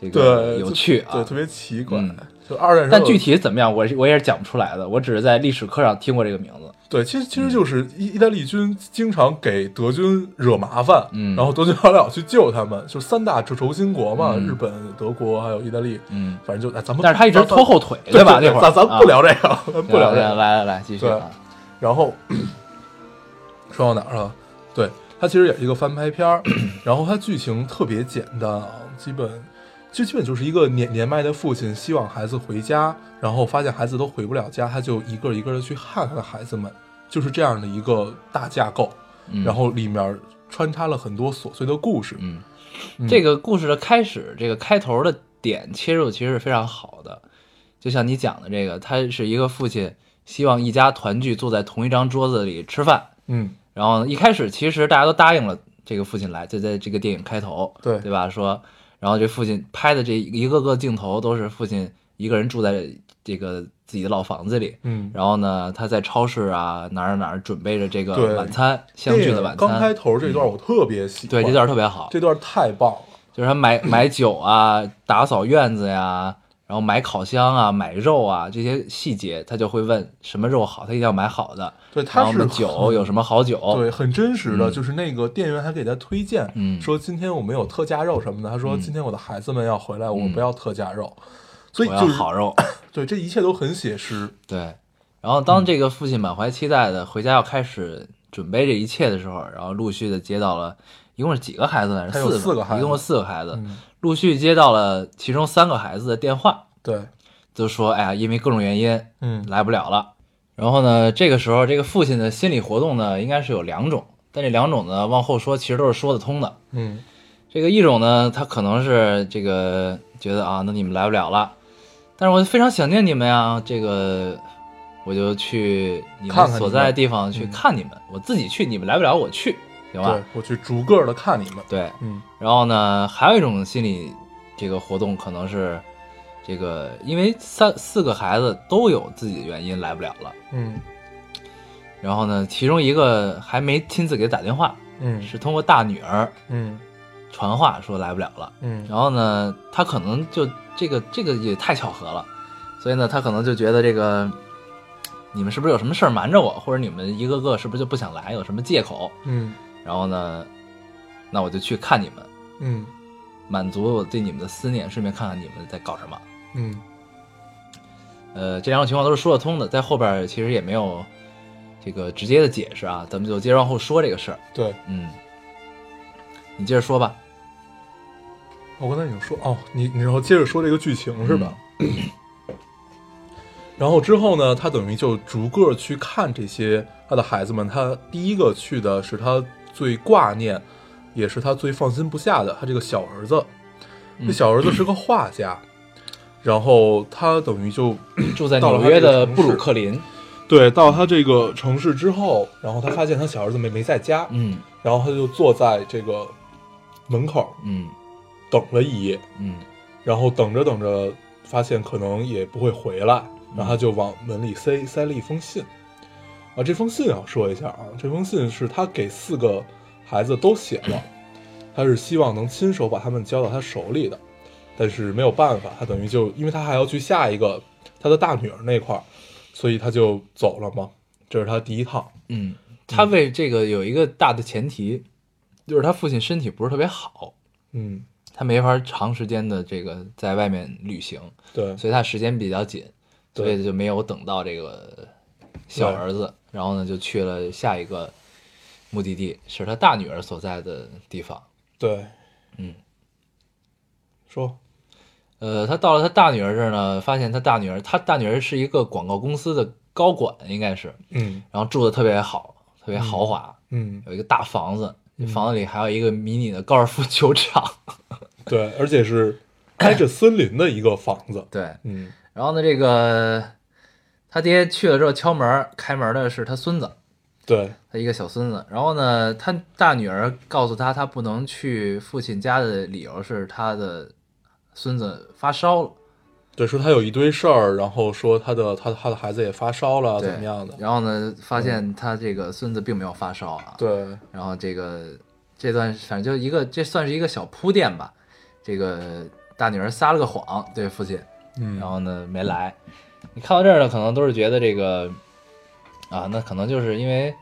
Speaker 1: 这个
Speaker 3: 对，
Speaker 1: 有
Speaker 3: 就
Speaker 1: 趣啊，
Speaker 3: 对，特别奇怪
Speaker 1: 嗯。
Speaker 3: 就二战时候，
Speaker 1: 但具体怎么样，我是我也是讲不出来的，我只是在历史课上听过这个名字。
Speaker 3: 对，其实其
Speaker 1: 嗯
Speaker 3: 实就是意意大利军经常给德军惹麻烦，
Speaker 1: 嗯
Speaker 3: 然后德军好了去救他们，就三大轴心国嘛，
Speaker 1: 嗯
Speaker 3: 日本、德国还有意大利，
Speaker 1: 嗯，
Speaker 3: 反正就哎咱们，
Speaker 1: 但是他一直
Speaker 3: 咱咱
Speaker 1: 拖后腿，
Speaker 3: 对
Speaker 1: 吧？
Speaker 3: 对
Speaker 1: 那会儿啊
Speaker 3: 咱咱不聊这个，咱不聊这
Speaker 1: 来
Speaker 3: 个。
Speaker 1: 来来来，继续
Speaker 3: 对
Speaker 1: 啊。
Speaker 3: 然后说到哪儿了？对，它其实也是一个翻拍片儿，然后它剧情特别简单啊，基本就基本就是一个年年迈的父亲希望孩子回家，然后发现孩子都回不了家，他就一个一个的去害他的孩子们，就是这样的一个大架构，
Speaker 1: 嗯
Speaker 3: 然后里面穿插了很多琐碎的故事，
Speaker 1: 嗯，
Speaker 3: 嗯
Speaker 1: 这个故事的开始，这个开头的点切入其实是非常好的，就像你讲的这个，他是一个父亲希望一家团聚，坐在同一张桌子里吃饭，
Speaker 3: 嗯，
Speaker 1: 然后一开始其实大家都答应了这个父亲来，就在这个电影开头，
Speaker 3: 对
Speaker 1: 对吧？说，然后这父亲拍的这一个个镜头都是父亲一个人住在这个自己的老房子里。
Speaker 3: 嗯，
Speaker 1: 然后呢，他在超市啊哪儿哪儿准备着这
Speaker 3: 对
Speaker 1: 个晚餐，相聚的晚餐。嗯
Speaker 3: 刚开头这段我特别喜欢，
Speaker 1: 对这段特别好，
Speaker 3: 这段太棒了，
Speaker 1: 就是他买买酒啊，打扫院子呀，然后买烤箱啊，买肉啊，这些细节他就会问什么肉好，他一定要买好的。
Speaker 3: 对，
Speaker 1: 然
Speaker 3: 他
Speaker 1: 后我
Speaker 3: 是
Speaker 1: 们酒
Speaker 3: 很
Speaker 1: 有什么好酒？
Speaker 3: 对，很真实的，
Speaker 1: 哦嗯
Speaker 3: 就是那个店员还给他推荐，
Speaker 1: 嗯
Speaker 3: 说今天我们有特价肉什么的。他说今天我的孩子们要回来，我们不要特价肉，所
Speaker 1: 嗯
Speaker 3: 以
Speaker 1: 我要
Speaker 3: 就是
Speaker 1: 好 肉。
Speaker 3: 对这一切都很写实。
Speaker 1: 对，然后当这个父亲满怀期待的回家要开始准备这一切的时候，然后陆续的接到了，一共是几个孩子来着？
Speaker 3: 他有
Speaker 1: 四
Speaker 3: 四个孩子
Speaker 1: 一共是四个孩子，
Speaker 3: 嗯
Speaker 1: 陆续接到了其中三个孩子的电话，
Speaker 3: 对，
Speaker 1: 就说哎呀，因为各种原因，
Speaker 3: 嗯，
Speaker 1: 来不了了。然后呢，这个时候这个父亲的心理活动呢，应该是有两种，但这两种呢，往后说其实都是说得通的。
Speaker 3: 嗯，
Speaker 1: 这个一种呢，他可能是这个觉得啊，那你们来不了了，但是我非常想念你们呀，这个我就去你
Speaker 3: 看
Speaker 1: 们
Speaker 3: 看你
Speaker 1: 所在的
Speaker 3: 们
Speaker 1: 地方去
Speaker 3: 嗯
Speaker 1: 看你们，我自己去，你们来不了我去，行吧
Speaker 3: 对？，我去逐个的看你们。
Speaker 1: 对，
Speaker 3: 嗯
Speaker 1: 然后呢，还有一种心理这个活动可能是这个，因为三四个孩子都有自己的原因来不了了。
Speaker 3: 嗯
Speaker 1: 然后呢，其中一个还没亲自给他打电话，
Speaker 3: 嗯
Speaker 1: 是通过大女儿
Speaker 3: 嗯
Speaker 1: 传话说来不了了。
Speaker 3: 嗯
Speaker 1: 然后呢，他可能就这个这个也太巧合了，所以呢，他可能就觉得这个你们是不是有什么事儿瞒着我，或者你们一个个是不是就不想来，有什么借口？
Speaker 3: 嗯
Speaker 1: 然后呢，那我就去看你们，
Speaker 3: 嗯
Speaker 1: 满足我对你们的思念，顺便看看你们在搞什么。
Speaker 3: 嗯，
Speaker 1: 呃，这两种情况都是说得通的，在后边儿其实也没有这个直接的解释啊，咱们就接着往后说这个事儿。
Speaker 3: 对
Speaker 1: 嗯，你接着说吧。
Speaker 3: 我刚才已经说哦，你你然后接着说这个剧情是吧？嗯然后之后呢，他等于就逐个去看这些他的孩子们。他第一个去的是他最挂念，也是他最放心不下的他这个小儿子。这小儿子是个画家，然后他等于就
Speaker 1: 住在
Speaker 3: 到了
Speaker 1: 纽约
Speaker 3: 他这个
Speaker 1: 的
Speaker 3: 城
Speaker 1: 布鲁
Speaker 3: 市
Speaker 1: 克林。
Speaker 3: 对到他这个城市之后，然后他发现他小儿子没没在家，
Speaker 1: 嗯
Speaker 3: 然后他就坐在这个门口
Speaker 1: 嗯
Speaker 3: 等了一夜，
Speaker 1: 嗯
Speaker 3: 然后等着等着，发现可能也不会回来，然后他就往门里塞塞了一封信。啊，这封信要说一下啊，这封信是他给四个孩子都写了，他是希望能亲手把他们交到他手里的，但是没有办法，他等于就因为他还要去下一个他的大女儿那块儿，所以他就走了嘛。这是他第一趟，
Speaker 1: 嗯，他为这个有一个大的前提，就是他父亲身体不是特别好，
Speaker 3: 嗯，
Speaker 1: 他没法长时间的这个在外面旅行，
Speaker 3: 对，
Speaker 1: 所以他时间比较紧，所
Speaker 3: 对
Speaker 1: 以就没有等到这个小
Speaker 3: 对
Speaker 1: 儿子，然后呢就去了下一个目的地，是他大女儿所在的地方。
Speaker 3: 对，
Speaker 1: 嗯，
Speaker 3: 说，
Speaker 1: 呃，他到了他大女儿这儿呢，发现他大女儿，他大女儿是一个广告公司的高管，应该是，
Speaker 3: 嗯
Speaker 1: 然后住的特别好，特别豪华，
Speaker 3: 嗯，
Speaker 1: 有一个大房子，
Speaker 3: 嗯
Speaker 1: 房子里还有一个迷你的高尔夫球场。
Speaker 3: 对，而且是挨着森林的一个房子。
Speaker 1: 对，
Speaker 3: 嗯
Speaker 1: 然后呢，这个他爹去了之后敲门，开门的是他孙子，
Speaker 3: 对，
Speaker 1: 他一个小孙子。然后呢，他大女儿告诉他，他不能去父亲家的理由是他的孙子发烧了，
Speaker 3: 对，说他有一堆事儿，然后说他的他他的孩子也发烧了，
Speaker 1: 对
Speaker 3: 怎么样的？
Speaker 1: 然后呢，发现他这个孙子并没有发烧啊。
Speaker 3: 对，
Speaker 1: 然后这个这段反正就一个，这算是一个小铺垫吧。这个大女儿撒了个谎，对父亲，
Speaker 3: 嗯
Speaker 1: 然后呢没来。你看到这儿呢，可能都是觉得这个啊，那可能就是因为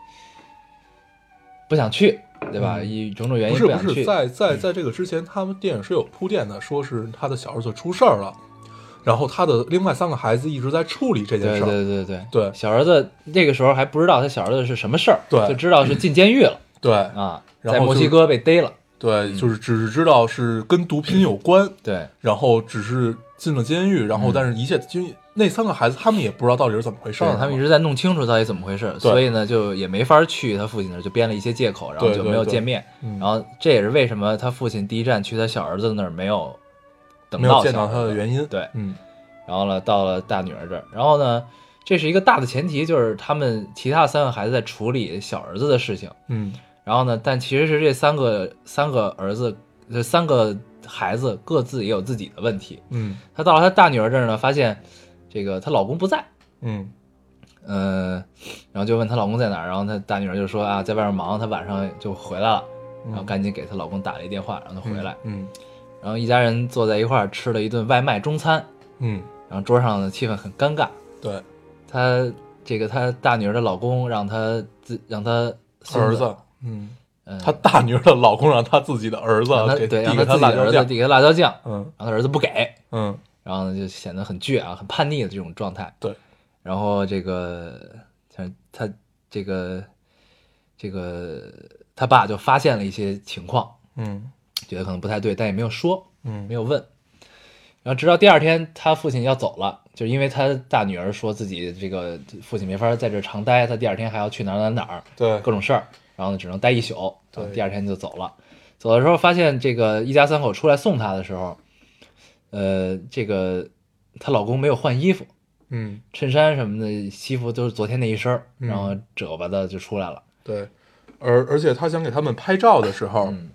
Speaker 1: 不想去，对吧？
Speaker 3: 嗯
Speaker 1: 以种种原
Speaker 3: 不
Speaker 1: 因
Speaker 3: 是
Speaker 1: 想
Speaker 3: 不
Speaker 1: 去嗯
Speaker 3: 是，。在在在这个之前，他们电影是有铺垫的，说是他的小儿子出事儿了，然后他的另外三个孩子一直在处理这件
Speaker 1: 对
Speaker 3: 事儿。
Speaker 1: 对对对
Speaker 3: 对
Speaker 1: 小儿子这个时候还不知道他小儿子是什么事儿，
Speaker 3: 对
Speaker 1: 就知道是进监狱了
Speaker 3: 对
Speaker 1: 啊，
Speaker 3: 然
Speaker 1: 在
Speaker 3: 后
Speaker 1: 墨
Speaker 3: 就
Speaker 1: 西
Speaker 3: 是
Speaker 1: 哥被逮了。嗯
Speaker 3: 对，就是只是知道是跟毒品有关，
Speaker 1: 对
Speaker 3: 然后只是进了监狱，然
Speaker 1: 嗯
Speaker 3: 后但是一切就那三个孩子他们也不知道到底是怎么回事
Speaker 1: 对
Speaker 3: 儿，
Speaker 1: 他们一直在弄清楚到底怎么回事，所以呢就也没法去他父亲那儿，就编了一些借口，然后
Speaker 3: 对
Speaker 1: 就
Speaker 3: 对
Speaker 1: 没有
Speaker 3: 对
Speaker 1: 见面。
Speaker 3: 嗯
Speaker 1: 然后这也是为什么他父亲第一站去他小儿子那儿没有等
Speaker 3: 没有
Speaker 1: 到
Speaker 3: 见
Speaker 1: 小
Speaker 3: 到
Speaker 1: 儿
Speaker 3: 他的
Speaker 1: 子
Speaker 3: 原因。
Speaker 1: 对
Speaker 3: 嗯，
Speaker 1: 然后呢到了大女儿这儿，然后呢这是一个大的前提，就是他们其他三个孩子在处理小儿子的事情。
Speaker 3: 嗯，
Speaker 1: 然后呢，但其实是这三个三个儿子，这三个孩子各自也有自己的问题。
Speaker 3: 嗯，
Speaker 1: 他到了他大女儿这儿呢，发现这个她老公不在，
Speaker 3: 嗯，
Speaker 1: 嗯，然后就问她老公在哪儿，然后她大女儿就说啊，在外面忙，她晚上就回来了，然后赶紧给她老公打了一电话，让他回来，
Speaker 3: 嗯，
Speaker 1: 然后一家人坐在一块儿吃了一顿外卖中餐，
Speaker 3: 嗯，
Speaker 1: 然后桌上的气氛很尴尬，
Speaker 3: 对，
Speaker 1: 她这个她大女儿的老公让她自让她孙
Speaker 3: 儿子，嗯，
Speaker 1: 嗯，
Speaker 3: 他大女儿的老公让他自己的儿子
Speaker 1: 让她
Speaker 3: 哦给
Speaker 1: 对
Speaker 3: 递
Speaker 1: 让
Speaker 3: 给
Speaker 1: 她
Speaker 3: 他
Speaker 1: 自己
Speaker 3: 辣
Speaker 1: 的
Speaker 3: 椒
Speaker 1: 儿子
Speaker 3: 酱，
Speaker 1: 递给她辣椒酱，
Speaker 3: 嗯
Speaker 1: 然后她儿子不给，
Speaker 3: 嗯，
Speaker 1: 然后呢就显得很倔啊，很叛逆的这种状态。
Speaker 3: 对，
Speaker 1: 然后这个像他这个这个他爸就发现了一些情况，
Speaker 3: 嗯
Speaker 1: 觉得可能不太对，但也没有说，没
Speaker 3: 嗯，
Speaker 1: 有问。然后直到第二天，他父亲要走了，就是因为他大女儿说自己这个父亲没法在这儿常待，他第二天还要去哪儿哪儿哪儿，
Speaker 3: 对，
Speaker 1: 各种事儿，然后呢只能待一宿，然后
Speaker 3: 对
Speaker 1: 第二天就走了。走的时候发现这个一家三口出来送她的时候，呃，这个她老公没有换衣服，
Speaker 3: 嗯，
Speaker 1: 衬衫什么的西服都是昨天那一身儿，
Speaker 3: 嗯
Speaker 1: 然后褶巴的就出来了。
Speaker 3: 对，而而且他想给他们拍照的时候，
Speaker 1: 嗯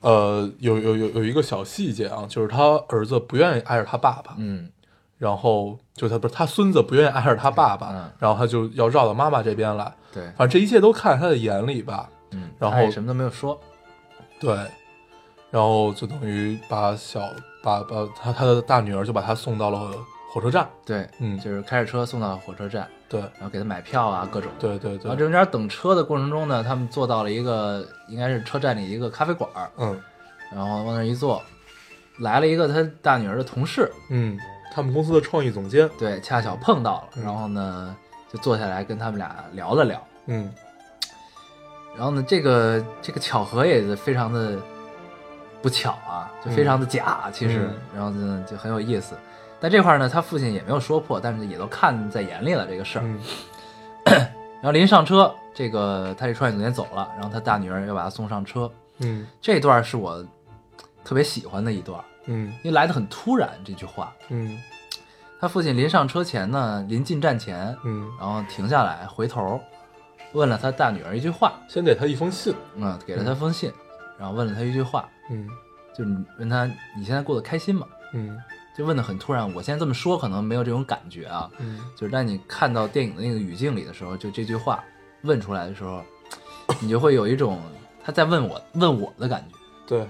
Speaker 3: 呃，有有有有一个小细节啊，就是他儿子不愿意挨着他爸爸，
Speaker 1: 嗯，
Speaker 3: 然后就他不是他孙子不愿意挨着他爸爸，
Speaker 1: 嗯
Speaker 3: 然后他就要绕到妈妈这边来，
Speaker 1: 对，
Speaker 3: 反正这一切都看在他的眼里吧，
Speaker 1: 嗯，
Speaker 3: 然后
Speaker 1: 他也什么都没有说，
Speaker 3: 对，然后就等于把小把把他他的大女儿就把他送到了火车站，
Speaker 1: 对，
Speaker 3: 嗯，
Speaker 1: 就是开着车送到火车站，
Speaker 3: 对
Speaker 1: 然后给他买票啊，各种。
Speaker 3: 对对
Speaker 1: 然后
Speaker 3: 对，
Speaker 1: 中间等车的过程中呢，他们坐到了一个应该是车站里一个咖啡馆儿，
Speaker 3: 嗯
Speaker 1: 然后往那儿一坐，来了一个他大女儿的同事，
Speaker 3: 嗯，他们公司的创意总监，
Speaker 1: 对，恰巧碰到了，
Speaker 3: 嗯
Speaker 1: 然后呢就坐下来跟他们俩聊了聊，
Speaker 3: 嗯
Speaker 1: 然后呢这个这个巧合也是非常的不巧啊，就非常的假，其实
Speaker 3: 嗯，
Speaker 1: 然后呢就很有意思。但这块儿呢，他父亲也没有说破，但是也都看在眼里了这个事儿。
Speaker 3: 嗯
Speaker 1: 然后临上车，这个他这创业总监走了，然后他大女儿又把他送上车。
Speaker 3: 嗯
Speaker 1: 这段是我特别喜欢的一段，
Speaker 3: 嗯
Speaker 1: 因为来的很突然。这句话，
Speaker 3: 嗯
Speaker 1: 他父亲临上车前呢，临进站前，
Speaker 3: 嗯，
Speaker 1: 然后停下来，回头问了他大女儿一句话，
Speaker 3: 先给他一封信，
Speaker 1: 嗯，给了他封信，然后问了他一句话，
Speaker 3: 嗯
Speaker 1: 就是你问他你现在过得开心吗？
Speaker 3: 嗯
Speaker 1: 就问的很突然。我现在这么说可能没有这种感觉啊，
Speaker 3: 嗯
Speaker 1: 就是当你看到电影的那个语境里的时候，就这句话问出来的时候，你就会有一种他在问我问我的感觉，
Speaker 3: 对。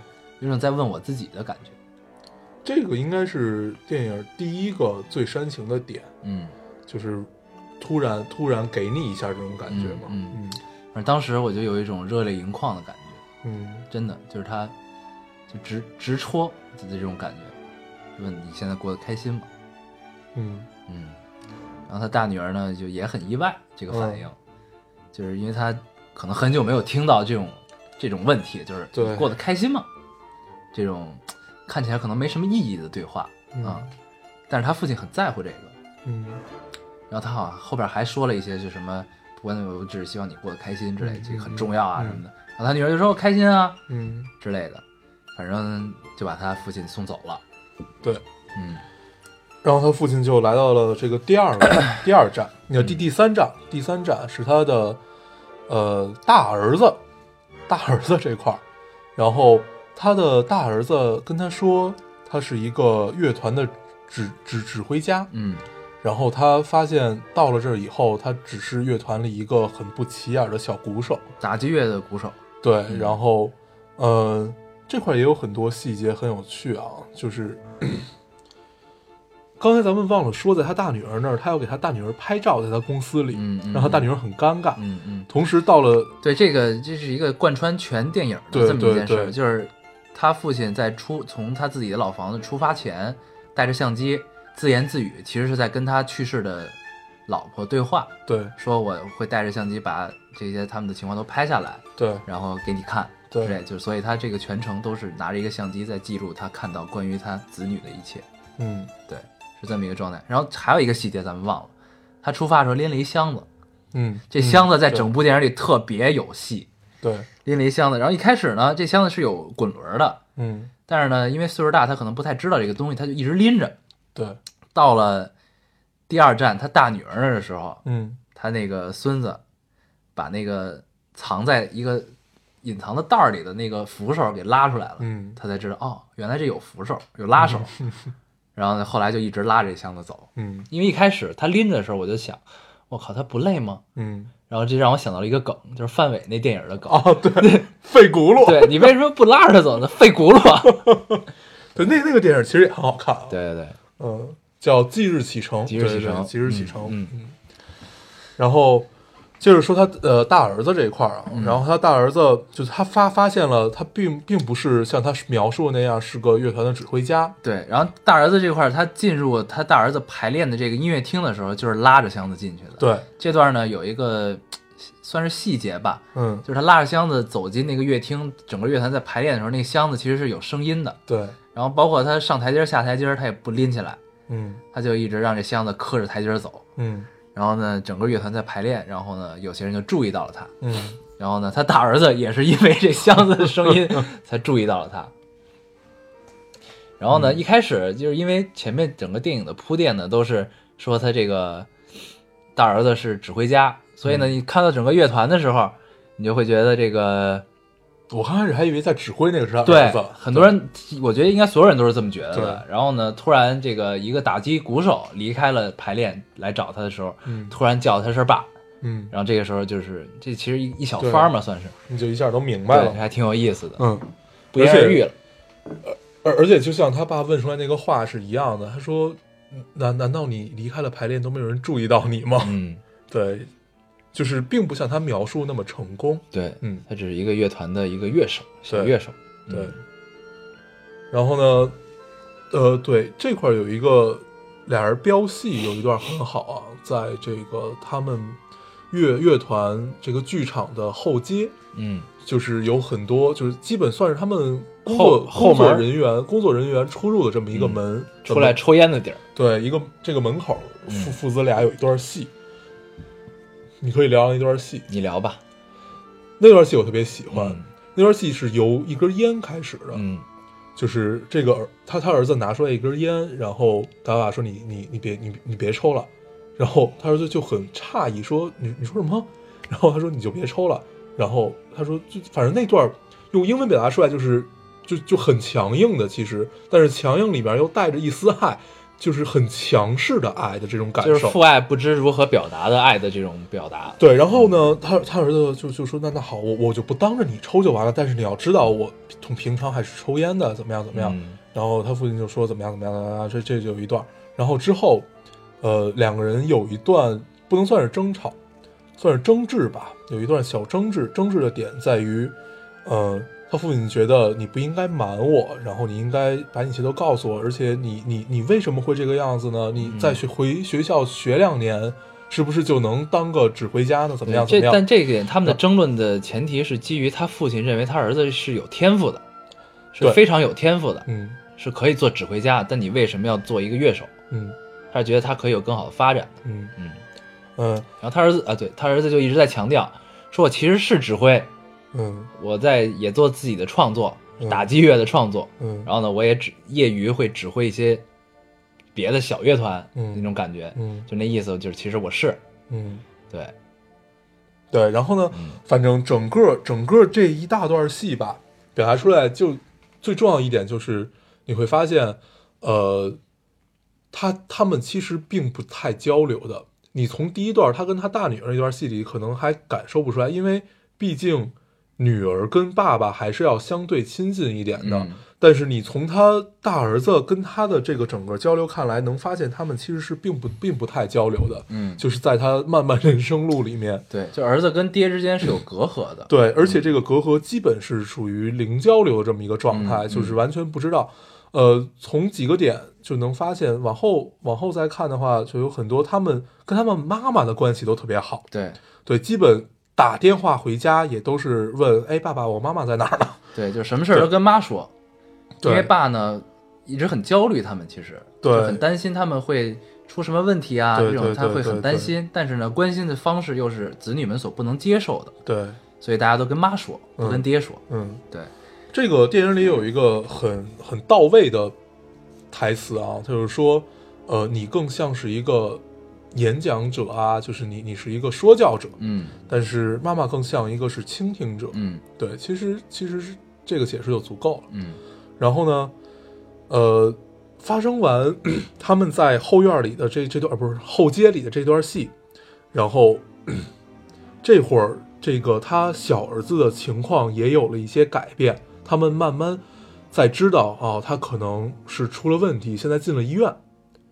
Speaker 1: 有一种在问我自己的感觉。
Speaker 3: 这个应该是电影第一个最煽情的点，
Speaker 1: 嗯，
Speaker 3: 就是突然突然给你一下这种感觉嘛。
Speaker 1: 嗯
Speaker 3: 嗯
Speaker 1: 反正当时我就有一种热泪盈眶的感觉，
Speaker 3: 嗯
Speaker 1: 真的就是他，就直直戳的这种感觉，就问你现在过得开心吗？
Speaker 3: 嗯
Speaker 1: 嗯，然后他大女儿呢就也很意外这个
Speaker 3: 嗯
Speaker 1: 反应，就是因为她可能很久没有听到这种这种问题，就是
Speaker 3: 对
Speaker 1: 你过得开心吗？这种看起来可能没什么意义的对话啊，但是他父亲很在乎这个，
Speaker 3: 嗯
Speaker 1: 然后他好像后边还说了一些就什么，不管我只是希望你过得开心之类，
Speaker 3: 嗯
Speaker 1: 这个很重要啊
Speaker 3: 嗯
Speaker 1: 什么的。然后他女儿就说开心啊
Speaker 3: 嗯，
Speaker 1: 之类的，反正就把他父亲送走了。
Speaker 3: 对。
Speaker 1: 嗯，
Speaker 3: 然后他父亲就来到了这个第二个第二站，你看第第三站，第三站是他的呃大儿子，大儿子这块儿，然后他的大儿子跟他说，他是一个乐团的指指指挥家，
Speaker 1: 嗯
Speaker 3: 然后他发现到了这儿以后，他只是乐团里一个很不起眼的小鼓手，
Speaker 1: 打击乐的鼓手，
Speaker 3: 对，
Speaker 1: 嗯
Speaker 3: 然后，呃，这块也有很多细节很有趣啊，就是刚才咱们忘了说，在他大女儿那儿，他要给他大女儿拍照，在他公司里，
Speaker 1: 嗯嗯
Speaker 3: 让他大女儿很尴尬。
Speaker 1: 嗯嗯，
Speaker 3: 同时到了，
Speaker 1: 对，这个这是一个贯穿全电影的
Speaker 3: 对
Speaker 1: 这么一件事
Speaker 3: 对
Speaker 1: 儿，
Speaker 3: 对
Speaker 1: 就是他父亲在出从他自己的老房子出发前，带着相机自言自语，其实是在跟他去世的老婆对话，
Speaker 3: 对
Speaker 1: 说我会带着相机把这些他们的情况都拍下来，
Speaker 3: 对
Speaker 1: 然后给你看。
Speaker 3: 对
Speaker 1: 之类就是所以他这个全程都是拿着一个相机在记录他看到关于他子女的一切，
Speaker 3: 嗯
Speaker 1: 对，是这么一个状态。然后还有一个细节咱们忘了，他出发的时候拎了一箱子，
Speaker 3: 嗯，
Speaker 1: 这箱子在
Speaker 3: 嗯
Speaker 1: 整部电影里特别有戏，
Speaker 3: 对，
Speaker 1: 拎了一箱子。然后一开始呢，这箱子是有滚轮的，
Speaker 3: 嗯
Speaker 1: 但是呢，因为岁数大，他可能不太知道这个东西，他就一直拎着。
Speaker 3: 对，
Speaker 1: 到了第二站，他大女儿那儿的时候，
Speaker 3: 嗯
Speaker 1: 他那个孙子把那个藏在一个隐藏的袋儿里的那个扶手给拉出来了，
Speaker 3: 嗯
Speaker 1: 他才知道哦，原来这有扶手，有拉手。然后呢，后来就一直拉着这箱子走。
Speaker 3: 嗯
Speaker 1: 因为一开始他拎着的时候，我就想，我靠，他不累吗？
Speaker 3: 嗯，
Speaker 1: 然后这让我想到了一个梗，就是范伟那电影的梗。
Speaker 3: 哦对，费轱辘，
Speaker 1: 对你为什么不拉着他走呢？费轱 辘。啊
Speaker 3: 对，那那个电影其实也很好看啊，，
Speaker 1: 对对对，
Speaker 3: 嗯，叫《即日启程》，
Speaker 1: 即日
Speaker 3: 对
Speaker 1: 启
Speaker 3: 对对
Speaker 1: 程，
Speaker 3: 即日启程，
Speaker 1: 嗯
Speaker 3: 然后接着说他呃大儿子这一块儿啊，
Speaker 1: 嗯
Speaker 3: 然后他大儿子就是他发发现了他并并不是像他描述的那样是个乐团的指挥家，
Speaker 1: 对。然后大儿子这块儿，他进入他大儿子排练的这个音乐厅的时候，就是拉着箱子进去的。，
Speaker 3: 对，
Speaker 1: 这段呢有一个算是细节吧，
Speaker 3: 嗯，
Speaker 1: 就是他拉着箱子走进那个乐厅，整个乐团在排练的时候，那个箱子其实是有声音的。
Speaker 3: 对，
Speaker 1: 然后包括他上台阶儿下台阶儿，他也不拎起来，
Speaker 3: 嗯
Speaker 1: 他就一直让这箱子磕着台阶儿走。
Speaker 3: 嗯
Speaker 1: 然后呢，整个乐团在排练，然后呢，有些人就注意到了他。
Speaker 3: 嗯，
Speaker 1: 然后呢，他大儿子也是因为这箱子的声 音才注意到了他。然后呢，
Speaker 3: 嗯
Speaker 1: 一开始就是因为前面整个电影的铺垫呢，都是说他这个大儿子是指挥家，所
Speaker 3: 嗯
Speaker 1: 以呢，你看到整个乐团的时候，你就会觉得这个
Speaker 3: 我刚开始还以为在指挥那个是他
Speaker 1: 对
Speaker 3: 儿子，嗯
Speaker 1: 很多人，我觉得应该所有人都是这么觉得的。
Speaker 3: 对
Speaker 1: 然后呢，突然这个一个打击鼓手离开了排练来找他的时候，
Speaker 3: 嗯
Speaker 1: 突然叫他声爸，
Speaker 3: 嗯，
Speaker 1: 然后这个时候就是这其实一一小番儿嘛，算是
Speaker 3: 你就一下都明白
Speaker 1: 对，
Speaker 3: 了，
Speaker 1: 还挺有意思的，
Speaker 3: 嗯，
Speaker 1: 不言
Speaker 3: 而且
Speaker 1: 而喻了。
Speaker 3: 而而且就像他爸问出来那个话是一样的，他说。难难道你离开了排练都没有人注意到你吗？
Speaker 1: 嗯，
Speaker 3: 对，就是并不像他描述那么成功。
Speaker 1: 对，
Speaker 3: 嗯
Speaker 1: 他只是一个乐团的一个乐手，小
Speaker 3: 对
Speaker 1: 乐手。
Speaker 3: 对
Speaker 1: 嗯，
Speaker 3: 然后呢，呃，对这块儿有一个俩人飙戏有一段很好啊，在这个他们乐乐团这个剧场的后街，
Speaker 1: 嗯，
Speaker 3: 就是有很多就是基本算是他们工
Speaker 1: 后
Speaker 3: 作
Speaker 1: 后
Speaker 3: 工作
Speaker 1: 门嗯
Speaker 3: 人员工作人员出入的这么一个门，这
Speaker 1: 出
Speaker 3: 么
Speaker 1: 来抽烟的地儿。
Speaker 3: 对一个这个门口
Speaker 1: 嗯
Speaker 3: 父父子俩有一段戏，你可以聊聊那段戏，
Speaker 1: 你聊吧。
Speaker 3: 那段戏我特别喜欢，
Speaker 1: 嗯
Speaker 3: 那段戏是由一根烟开始的，
Speaker 1: 嗯
Speaker 3: 就是这个儿他他儿子拿出来一根烟，然后他爸爸说你你你别你你别抽了，然后他儿子就很诧异说你你说什么？然后他说你就别抽了，然后他说就反正那段儿用英文表达出来就是就就很强硬的其实，但是强硬里面又带着一丝爱，就是很强势的爱的这种感受，
Speaker 1: 就是父爱不知如何表达的爱的这种表达。
Speaker 3: 对，然后呢，他他儿子就就说那那好，我我就不当着你抽就完了，但是你要知道我从平常还是抽烟的，怎么样怎么样。
Speaker 1: 嗯
Speaker 3: 然后他父亲就说怎么样怎么样怎么样，这这就有一段。然后之后，呃，两个人有一段不能算是争吵，算是争执吧，有一段小争执。争执的点在于，呃，他父亲觉得你不应该瞒我，然后你应该把你一切都告诉我，而且你你你为什么会这个样子呢？你再学回学校学两年，是不是就能当个指挥家呢？怎么样？怎
Speaker 1: 这
Speaker 3: 么样？嗯
Speaker 1: 但这一点他们的争论的前提是基于他父亲认为他儿子是有天赋的，是
Speaker 3: 对
Speaker 1: 非常有天赋的，
Speaker 3: 嗯
Speaker 1: 是可以做指挥家的。但你为什么要做一个乐手？
Speaker 3: 嗯
Speaker 1: 他是觉得他可以有更好的发展。
Speaker 3: 嗯
Speaker 1: 嗯，
Speaker 3: 嗯
Speaker 1: 然后他儿子啊，对他儿子就一直在强调，说我其实是指挥，
Speaker 3: 嗯
Speaker 1: 我在也做自己的创作
Speaker 3: 嗯，
Speaker 1: 打击乐的创作。
Speaker 3: 嗯
Speaker 1: 然后呢，我也指业余会指挥一些别的小乐团，
Speaker 3: 嗯
Speaker 1: 那种感觉，
Speaker 3: 嗯
Speaker 1: 就那意思，就是其实我是
Speaker 3: 嗯，
Speaker 1: 对。
Speaker 3: 对，然后呢，反正整个整个这一大段戏吧，表达出来就最重要一点就是你会发现，呃，他他们其实并不太交流的。你从第一段他跟他大女儿那段戏里，可能还感受不出来，因为毕竟女儿跟爸爸还是要相对亲近一点的。
Speaker 1: 嗯
Speaker 3: 但是你从他大儿子跟他的这个整个交流看来，能发现他们其实是并不并不太交流的。
Speaker 1: 嗯，
Speaker 3: 就是在他漫漫人生路里面，
Speaker 1: 对，就儿子跟爹之间是有隔阂的。
Speaker 3: 对，而且这个隔阂基本是属于零交流的这么一个状态，
Speaker 1: 嗯
Speaker 3: 就是完全不知道。呃，从几个点就能发现，往后往后再看的话，就有很多他们跟他们妈妈的关系都特别好，
Speaker 1: 对
Speaker 3: 对，基本打电话回家也都是问，哎，爸爸，我妈妈在哪儿呢？
Speaker 1: 对，就什么事儿都跟妈说，因为
Speaker 3: 对，
Speaker 1: 爸呢一直很焦虑，他们其实
Speaker 3: 对
Speaker 1: 就很担心他们会出什么问题啊，
Speaker 3: 对
Speaker 1: 这种
Speaker 3: 对
Speaker 1: 他
Speaker 3: 对
Speaker 1: 会
Speaker 3: 对
Speaker 1: 很担心，但是呢，关心的方式又是子女们所不能接受的，
Speaker 3: 对，
Speaker 1: 所以大家都跟妈说，
Speaker 3: 嗯
Speaker 1: 不跟爹说。
Speaker 3: 嗯，
Speaker 1: 对，
Speaker 3: 这个电影里有一个很很到位的台词啊，他就是说，呃，你更像是一个演讲者啊，就是你你是一个说教者，
Speaker 1: 嗯
Speaker 3: 但是妈妈更像一个是倾听者。
Speaker 1: 嗯
Speaker 3: 对，其实其实是这个解释就足够了。
Speaker 1: 嗯
Speaker 3: 然后呢，呃，发生完 他们在后院里的这这段，不是后街里的这段戏，然后 这会儿这个他小儿子的情况也有了一些改变，他们慢慢在知道啊，他可能是出了问题，现在进了医院。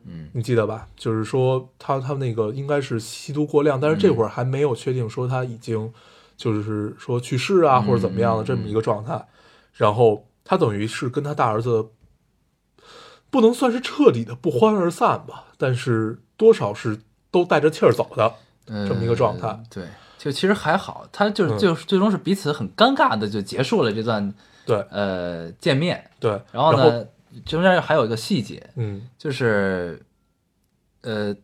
Speaker 1: 嗯，
Speaker 3: 你记得吧？就是说他他那个应该是吸毒过量，但是这
Speaker 1: 嗯
Speaker 3: 会儿还没有确定说他已经就是说去世啊、
Speaker 1: 嗯
Speaker 3: 或者怎么样的
Speaker 1: 嗯
Speaker 3: 这么一个状态。然后他等于是跟他大儿子不能算是彻底的不欢而散吧，但是多少是都带着气儿走的。
Speaker 1: 呃
Speaker 3: 这么一个状态
Speaker 1: 对，就其实还好，他就是
Speaker 3: 嗯
Speaker 1: 最最终是彼此很尴尬的就结束了这段
Speaker 3: 对
Speaker 1: 呃见面，
Speaker 3: 对，
Speaker 1: 然后呢，中间还有一个细节，
Speaker 3: 嗯，
Speaker 1: 就是，呃，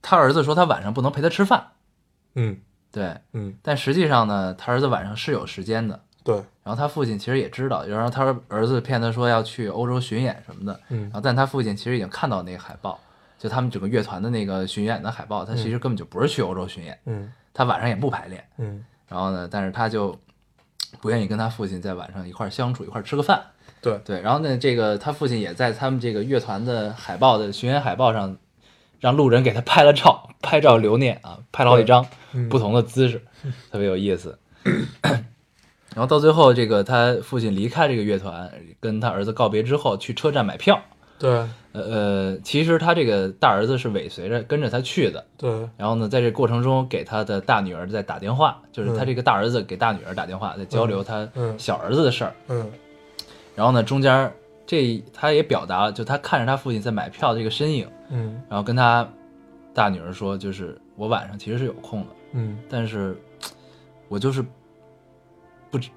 Speaker 1: 他儿子说他晚上不能陪他吃饭，
Speaker 3: 嗯
Speaker 1: 对，
Speaker 3: 嗯
Speaker 1: 但实际上呢，他儿子晚上是有时间的。
Speaker 3: 对，
Speaker 1: 然后他父亲其实也知道，然后他儿子骗他说要去欧洲巡演什么的，
Speaker 3: 嗯
Speaker 1: 然后但他父亲其实已经看到那个海报，就他们整个乐团的那个巡演的海报，他其实根本就不是去欧洲巡演，
Speaker 3: 嗯
Speaker 1: 他晚上也不排练。
Speaker 3: 嗯，
Speaker 1: 然后呢，但是他就不愿意跟他父亲在晚上一块儿相处，一块儿吃个饭。
Speaker 3: 对
Speaker 1: 对，然后呢，这个他父亲也在他们这个乐团的海报的巡演海报上，让路人给他拍了照，拍照留念啊，拍了好几张
Speaker 3: 嗯
Speaker 1: 不同的姿势，特别有意思。然后到最后，这个他父亲离开这个乐团，跟他儿子告别之后，去车站买票。
Speaker 3: 对
Speaker 1: 呃呃，其实他这个大儿子是尾随着跟着他去的，
Speaker 3: 对
Speaker 1: 然后呢，在这过程中给他的大女儿在打电话，就是他这个大儿子给大女儿打电话，在交流他
Speaker 3: 嗯
Speaker 1: 小儿子的事儿。
Speaker 3: 嗯
Speaker 1: 然后呢，中间儿这他也表达了，就他看着他父亲在买票的这个身影，
Speaker 3: 嗯
Speaker 1: 然后跟他大女儿说，就是我晚上其实是有空的，
Speaker 3: 嗯
Speaker 1: 但是我就是不知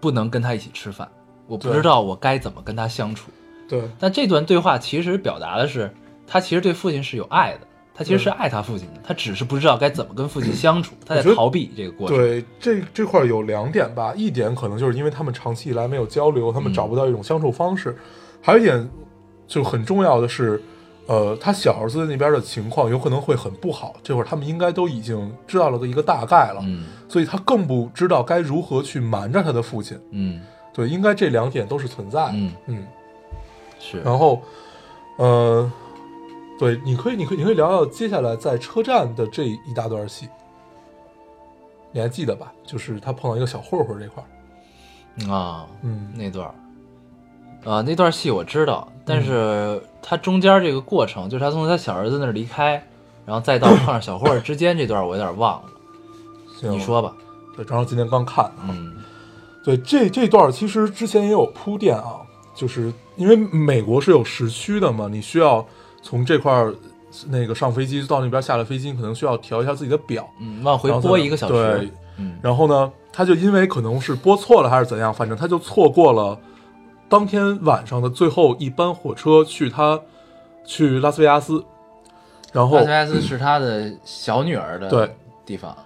Speaker 1: 不能跟他一起吃饭，我不
Speaker 3: 对
Speaker 1: 知道我该怎么跟他相处。
Speaker 3: 对
Speaker 1: 但这段对话其实表达的是，他其实对父亲是有爱的，他其实是爱他父亲的，他只是不知道该怎么跟父亲相处，他在
Speaker 3: 嗯觉得
Speaker 1: 逃避这个过程。
Speaker 3: 对，这这块儿有两点吧，一点可能就是因为他们长期以来没有交流，他们
Speaker 1: 嗯
Speaker 3: 找不到一种相处方式；还有一点就很重要的是，呃，他小儿子那边的情况有可能会很不好，这会儿他们应该都已经知道了个一个大概了，
Speaker 1: 嗯
Speaker 3: 所以他更不知道该如何去瞒着他的父亲。
Speaker 1: 嗯
Speaker 3: 对，应该这两点都是存在的。
Speaker 1: 嗯，
Speaker 3: 嗯，
Speaker 1: 是，
Speaker 3: 然后，呃，对，你可以，你可以，你可以聊聊接下来在车站的这一大段戏，你还记得吧？就是他碰到一个小混混这块儿，
Speaker 1: 嗯啊，
Speaker 3: 嗯
Speaker 1: 那段儿，啊，那段戏我知道，但是他中间这个过程，就是他从他小儿子那儿离开，然后再到碰上小混儿之间这段，我有点忘了，
Speaker 3: 行
Speaker 1: 你说吧。
Speaker 3: 对，正好今天刚看，啊
Speaker 1: 嗯
Speaker 3: 对，这这段其实之前也有铺垫啊，就是因为美国是有时区的嘛，你需要从这块儿那个上飞机到那边下了飞机，你可能需要调一下自己的表，
Speaker 1: 嗯，往回
Speaker 3: 然后再
Speaker 1: 拨一个小时
Speaker 3: 对。
Speaker 1: 嗯
Speaker 3: 然后呢，他就因为可能是播错了还是怎样，反正他就错过了当天晚上的最后一班火车去他去拉斯维加斯，然后
Speaker 1: 拉斯维加斯是他的小女儿的
Speaker 3: 对
Speaker 1: 地方，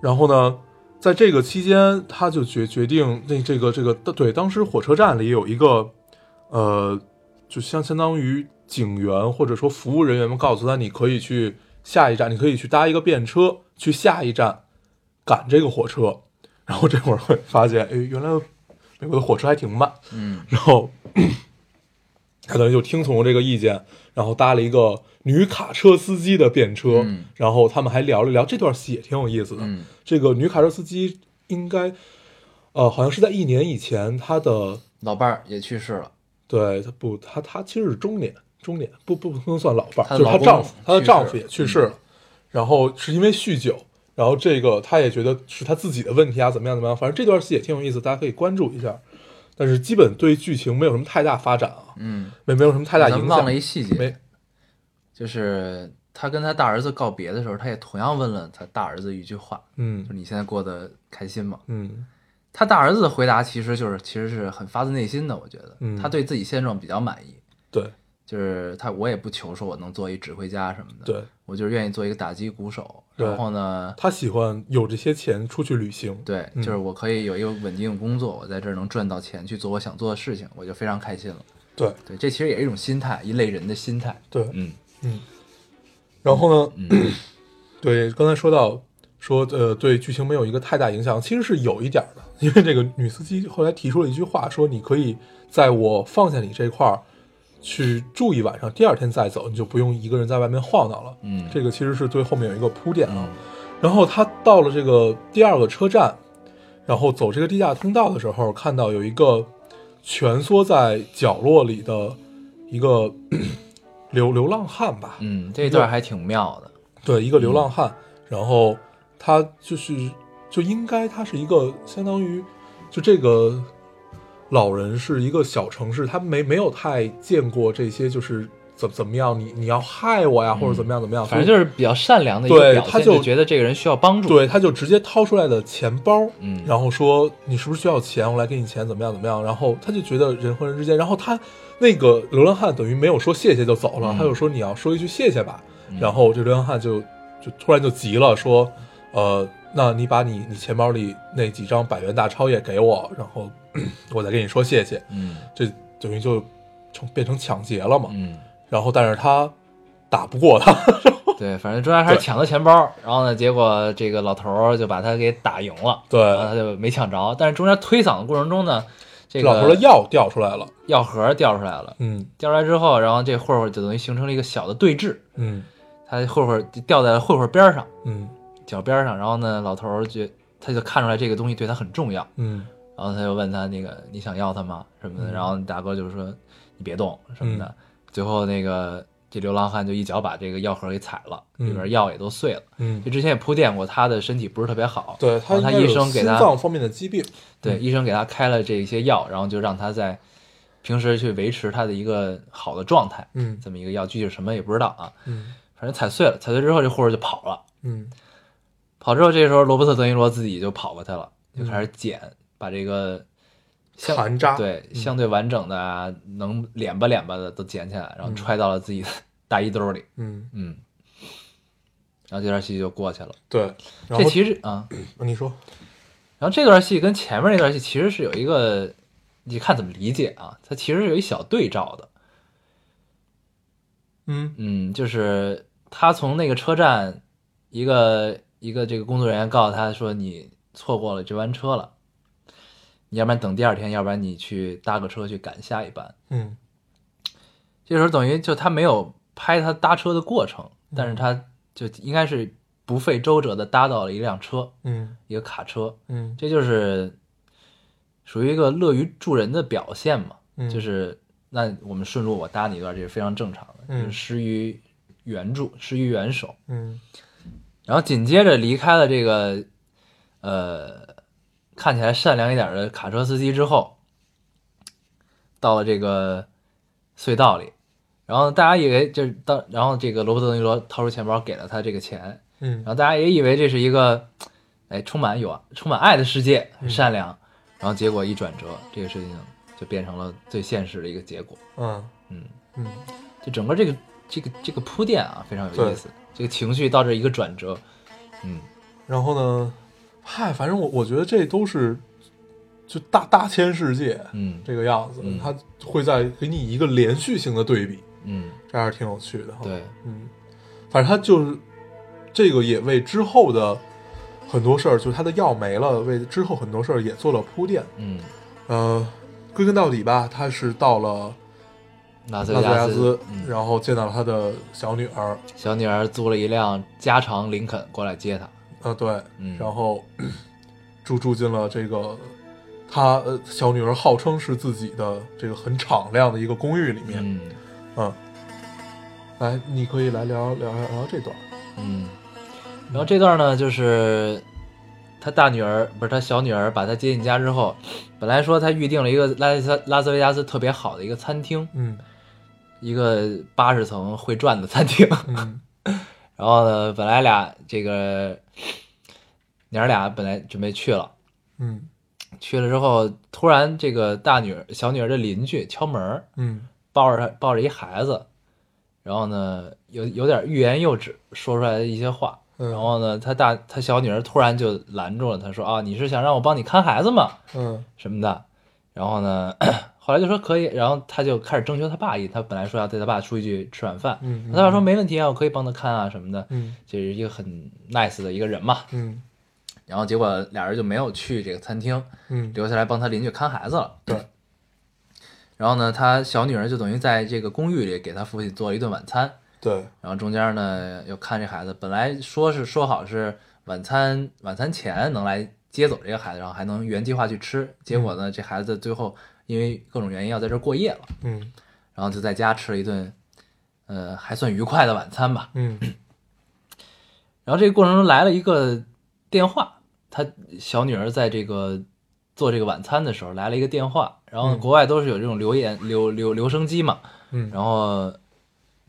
Speaker 3: 然后呢，在这个期间，他就决决定那这个这个对，当时火车站里有一个呃，就相相当于警员或者说服务人员们告诉他，你可以去下一站，你可以去搭一个便车去下一站，赶这个火车，然后这会儿会发现，哎，原来美国的火车还挺慢，
Speaker 1: 嗯，
Speaker 3: 然后 他等于就听从了这个意见，然后搭了一个女卡车司机的便车，
Speaker 1: 嗯
Speaker 3: 然后他们还聊了聊，这段戏也挺有意思的。
Speaker 1: 嗯
Speaker 3: 这个女卡车司机应该，呃，好像是在一年以前，她的
Speaker 1: 老伴儿也去世了，
Speaker 3: 对她不，她她其实是中年，中年不不不能算老伴儿，
Speaker 1: 她的
Speaker 3: 就是她
Speaker 1: 老公
Speaker 3: 丈夫，她的
Speaker 1: 去世
Speaker 3: 丈
Speaker 1: 了嗯
Speaker 3: 夫也去世了，然后是因为酗酒。然后这个她也觉得是她自己的问题啊，怎么样怎么样，反正这段戏也挺有意思，大家可以关注一下。但是基本对剧情没有什么太大发展啊，
Speaker 1: 嗯，
Speaker 3: 没没有什么太大
Speaker 1: 咱
Speaker 3: 影
Speaker 1: 们
Speaker 3: 响。
Speaker 1: 忘了一细节，
Speaker 3: 没
Speaker 1: 就是他跟他大儿子告别的时候，他也同样问了他大儿子一句话，
Speaker 3: 嗯
Speaker 1: 就是你现在过得开心吗？
Speaker 3: 嗯
Speaker 1: 他大儿子的回答其实就是，其实是很发自内心的，我觉得
Speaker 3: 嗯，
Speaker 1: 他对自己现状比较满意，
Speaker 3: 对
Speaker 1: 就是他我也不求说我能做一指挥家什么的，
Speaker 3: 对，
Speaker 1: 我就是愿意做一个打击鼓手，
Speaker 3: 对
Speaker 1: 然后呢，
Speaker 3: 他喜欢有这些钱出去旅行。
Speaker 1: 对，
Speaker 3: 嗯
Speaker 1: 就是我可以有一个稳定的工作，我在这儿能赚到钱去做我想做的事情，我就非常开心了。
Speaker 3: 对
Speaker 1: 对，这其实也是一种心态，一类人的心态。
Speaker 3: 对
Speaker 1: 嗯
Speaker 3: 然后呢，对刚才说到说呃对剧情没有一个太大影响，其实是有一点儿的，因为这个女司机后来提出了一句话，说你可以在我放下你这块儿去住一晚上，第二天再走，你就不用一个人在外面晃荡了。
Speaker 1: 嗯，
Speaker 3: 这个其实是对后面有一个铺垫啊
Speaker 1: 嗯。
Speaker 3: 然后他到了这个第二个车站，然后走这个地下通道的时候，看到有一个蜷缩在角落里的一个 流流浪汉吧，
Speaker 1: 嗯，这一段还挺妙的。
Speaker 3: 对，一个流浪汉。然后他就是就应该他是一个相当于就这个老人是一个小城市，他没没有太见过这些就是。怎怎么样？你你要害我呀，或者怎么样怎么样？
Speaker 1: 反正
Speaker 3: 所
Speaker 1: 就
Speaker 3: 以
Speaker 1: 是比较善良的一个
Speaker 3: 对
Speaker 1: 表现，
Speaker 3: 他就
Speaker 1: 觉得这个人需要帮助。，
Speaker 3: 对，他就直接掏出来的钱包，
Speaker 1: 嗯
Speaker 3: 然后说你是不是需要钱？我来给你钱，怎么样怎么样？然后他就觉得人和人之间，然后他那个流浪汉等于没有说谢谢就走了，
Speaker 1: 嗯
Speaker 3: 他就说你要说一句谢谢吧。然后这流浪汉就就突然就急了，说，呃，那你把你你钱包里那几张百元大钞也给我，然后 我再跟你说谢谢。
Speaker 1: 嗯
Speaker 3: 这等于就成变成抢劫了嘛。
Speaker 1: 嗯，
Speaker 3: 然后但是他打不过他，
Speaker 1: 对，反正中间还是
Speaker 3: 对
Speaker 1: 抢了钱包，然后呢，结果这个老头儿就把他给打赢了，
Speaker 3: 对
Speaker 1: 然后他就没抢着，但是中间推搡的过程中呢，呃这个
Speaker 3: 老头的药掉出来了。
Speaker 1: 药盒掉出来了，
Speaker 3: 嗯
Speaker 1: 掉出来之后，然后这混混就等于形成了一个小的对峙，
Speaker 3: 嗯
Speaker 1: 他混混就掉在混混边上，
Speaker 3: 嗯
Speaker 1: 脚边上，然后呢，老头儿就他就看出来这个东西对他很重要，
Speaker 3: 嗯
Speaker 1: 然后他就问他那个你想要它吗什么的，
Speaker 3: 嗯
Speaker 1: 然后大哥就说你别动什么的，最后那个这流浪汉就一脚把这个药盒给踩了，
Speaker 3: 嗯
Speaker 1: 里边药也都碎了。
Speaker 3: 嗯
Speaker 1: 就，之前也铺垫过，他的身体不是特别好，
Speaker 3: 对
Speaker 1: 然后
Speaker 3: 应
Speaker 1: 他
Speaker 3: 该有
Speaker 1: 医生给
Speaker 3: 心
Speaker 1: 他
Speaker 3: 脏方面的疾病。
Speaker 1: 对医生给他开了这些药，然后就让他在平时去维持他的一个好的状态，
Speaker 3: 嗯
Speaker 1: 这么一个药具是什么也不知道啊，
Speaker 3: 嗯
Speaker 1: 反正踩碎了，踩碎之后这混混就跑了。
Speaker 3: 嗯
Speaker 1: 跑之后，这时候罗伯特·德尼罗自己就跑过去了，就开始捡，把这个相
Speaker 3: 残渣
Speaker 1: 对相对完整的啊，能脸吧脸吧的都捡起来，然后揣到了自己的 大衣兜里，
Speaker 3: 嗯，
Speaker 1: 嗯。然后这段戏就过去了。
Speaker 3: 对。然
Speaker 1: 这
Speaker 3: 后
Speaker 1: 其实啊、
Speaker 3: 你说，
Speaker 1: 然后这段戏跟前面那段戏其实是有一个，你看怎么理解啊？它其实是有一小对照的，
Speaker 3: 嗯
Speaker 1: 嗯，就是他从那个车站，一个一个这个工作人员告诉他说，你错过了这班车了，你要不然等第二天，要不然你去搭个车去赶下一班。
Speaker 3: 嗯
Speaker 1: 这时候等于就他没有拍他搭车的过程，
Speaker 3: 嗯
Speaker 1: 但是他就应该是不费周折的搭到了一辆车，
Speaker 3: 嗯
Speaker 1: 一个卡车，
Speaker 3: 嗯
Speaker 1: 这就是属于一个乐于助人的表现嘛。
Speaker 3: 嗯，
Speaker 1: 就是那我们顺路我搭你一段，这是非常正常的，
Speaker 3: 嗯
Speaker 1: 就是施于援助，施于援手。
Speaker 3: 嗯
Speaker 1: 然后紧接着离开了这个呃看起来善良一点的卡车司机之后，到了这个隧道里，然后大家以为就是当，然后这个罗伯特·德尼罗掏出钱包给了他这个钱，
Speaker 3: 嗯
Speaker 1: 然后大家也以为这是一个，哎，充满有充满爱的世界，很善良。然后结果一转折，这个事情就变成了最现实的一个结果。
Speaker 3: 嗯
Speaker 1: 嗯，
Speaker 3: 嗯
Speaker 1: 就整个这个这个这个铺垫啊，非常有
Speaker 3: 对
Speaker 1: 意思。这个情绪到这一个转折，嗯，
Speaker 3: 然后呢，嗨，反正我我觉得这都是就大大千世界
Speaker 1: 嗯
Speaker 3: 这个样子
Speaker 1: 嗯，
Speaker 3: 他会在给你一个连续性的对比，
Speaker 1: 嗯，
Speaker 3: 这还是挺有趣的哈。
Speaker 1: 对，
Speaker 3: 嗯，反正他就是这个也为之后的很多事儿，就是他的药没了，为之后很多事儿也做了铺垫。
Speaker 1: 嗯，
Speaker 3: 呃，归根到底吧，他是到了
Speaker 1: 纳斯
Speaker 3: 拉斯维加斯，
Speaker 1: 嗯，
Speaker 3: 然后见到了他的小女儿，
Speaker 1: 小女儿租了一辆加长林肯过来接他，
Speaker 3: 呃，对，
Speaker 1: 嗯
Speaker 3: 然后 住住进了这个他呃小女儿号称是自己的这个很敞亮的一个公寓里面。
Speaker 1: 嗯
Speaker 3: 嗯，来，你可以来聊聊聊聊这段。
Speaker 1: 嗯，然后这段呢，就是他大女儿不是他小女儿把他接进家之后，本来说他预定了一个拉斯拉斯维加斯特别好的一个餐厅，
Speaker 3: 嗯
Speaker 1: 一个八十层会转的餐厅，
Speaker 3: 嗯
Speaker 1: 然后呢，本来俩这个娘儿俩本来准备去了，
Speaker 3: 嗯
Speaker 1: 去了之后，突然这个大女儿小女儿的邻居敲门儿，
Speaker 3: 嗯
Speaker 1: 抱着抱着一孩子，然后呢，有有点欲言又止，说出来的一些话。
Speaker 3: 嗯，
Speaker 1: 然后呢，他大他小女儿突然就拦住了，他说啊，你是想让我帮你看孩子吗？
Speaker 3: 嗯
Speaker 1: 什么的。然后呢， 后来就说可以，然后他就开始征求他爸意，他本来说要带他爸出去去吃晚饭，
Speaker 3: 嗯，
Speaker 1: 他爸说没问题啊，我可以帮他看啊什么的，
Speaker 3: 嗯
Speaker 1: 就是一个很 nice 的一个人嘛。
Speaker 3: 嗯
Speaker 1: 然后结果俩人就没有去这个餐厅，
Speaker 3: 嗯
Speaker 1: 留下来帮他邻居看孩子了。
Speaker 3: 对。
Speaker 1: 然后呢，他小女儿就等于在这个公寓里给他父亲做了一顿晚餐，
Speaker 3: 对，
Speaker 1: 然后中间呢又看这孩子，本来说是说好是晚餐晚餐前能来接走这个孩子，然后还能原计划去吃，结果呢这孩子最后因为各种原因要在这儿过夜了，
Speaker 3: 嗯
Speaker 1: 然后就在家吃了一顿，呃还算愉快的晚餐吧。
Speaker 3: 嗯
Speaker 1: 然后这个过程中来了一个电话，他小女儿在这个做这个晚餐的时候来了一个电话，然后
Speaker 3: 嗯
Speaker 1: 国外都是有这种留言留留留声机嘛，
Speaker 3: 嗯
Speaker 1: 然后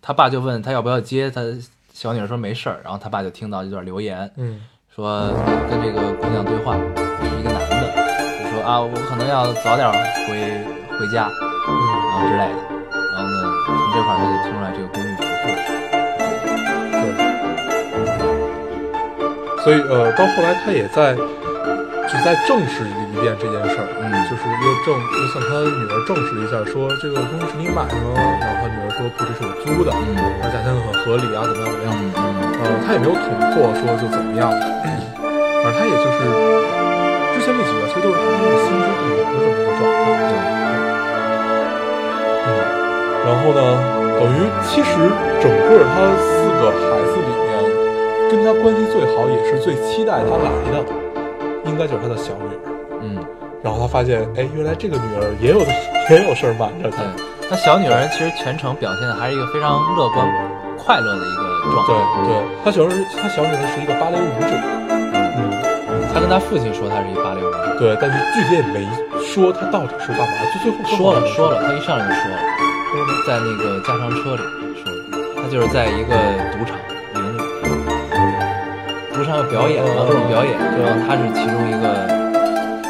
Speaker 1: 他爸就问他要不要接，他小女儿说没事儿，然后他爸就听到这段留言，
Speaker 3: 嗯
Speaker 1: 说跟这个姑娘对话，是一个男的，就说啊我可能要早点回回家，然后之类的，然后呢从这块儿他就听出来这个公寓不是
Speaker 3: 对。所以呃，到后来他也在就在正视一遍这件事儿，
Speaker 1: 嗯
Speaker 3: 就是又正又向他女儿证实了一下，说这个东西是你买的吗？然后他女儿说不，这是我租的，
Speaker 1: 嗯
Speaker 3: 而价钱很合理啊，怎么样怎么样。
Speaker 1: 嗯嗯
Speaker 3: 呃，他也没有捅破说就怎么样，反正他也就是之前那几个其实都是他那个心知肚明的这么一个状态。嗯，然后呢，等于其实整个他四个孩子里面，跟他关系最好也是最期待他来的，应该就是他的小女儿。
Speaker 1: 嗯。
Speaker 3: 然后他发现，哎，原来这个女儿也有也有事儿瞒着他。
Speaker 1: 对，那小女儿其实全程表现的还是一个非常乐观、快乐的一个状
Speaker 3: 对
Speaker 1: 态。
Speaker 3: 对，他小时候他小女儿是一个芭蕾舞者，嗯，
Speaker 1: 她跟她父亲说她是一芭蕾舞者，
Speaker 3: 对，但是具体也没说他到底是干嘛，就最后
Speaker 1: 说了
Speaker 3: 了
Speaker 1: 说
Speaker 3: 了，
Speaker 1: 了，她一上来就说了，
Speaker 3: 说了
Speaker 1: 在那个加长车里说的，她就是在一个赌场领舞，赌场有表演嘛，各种表演，然后她是其中一个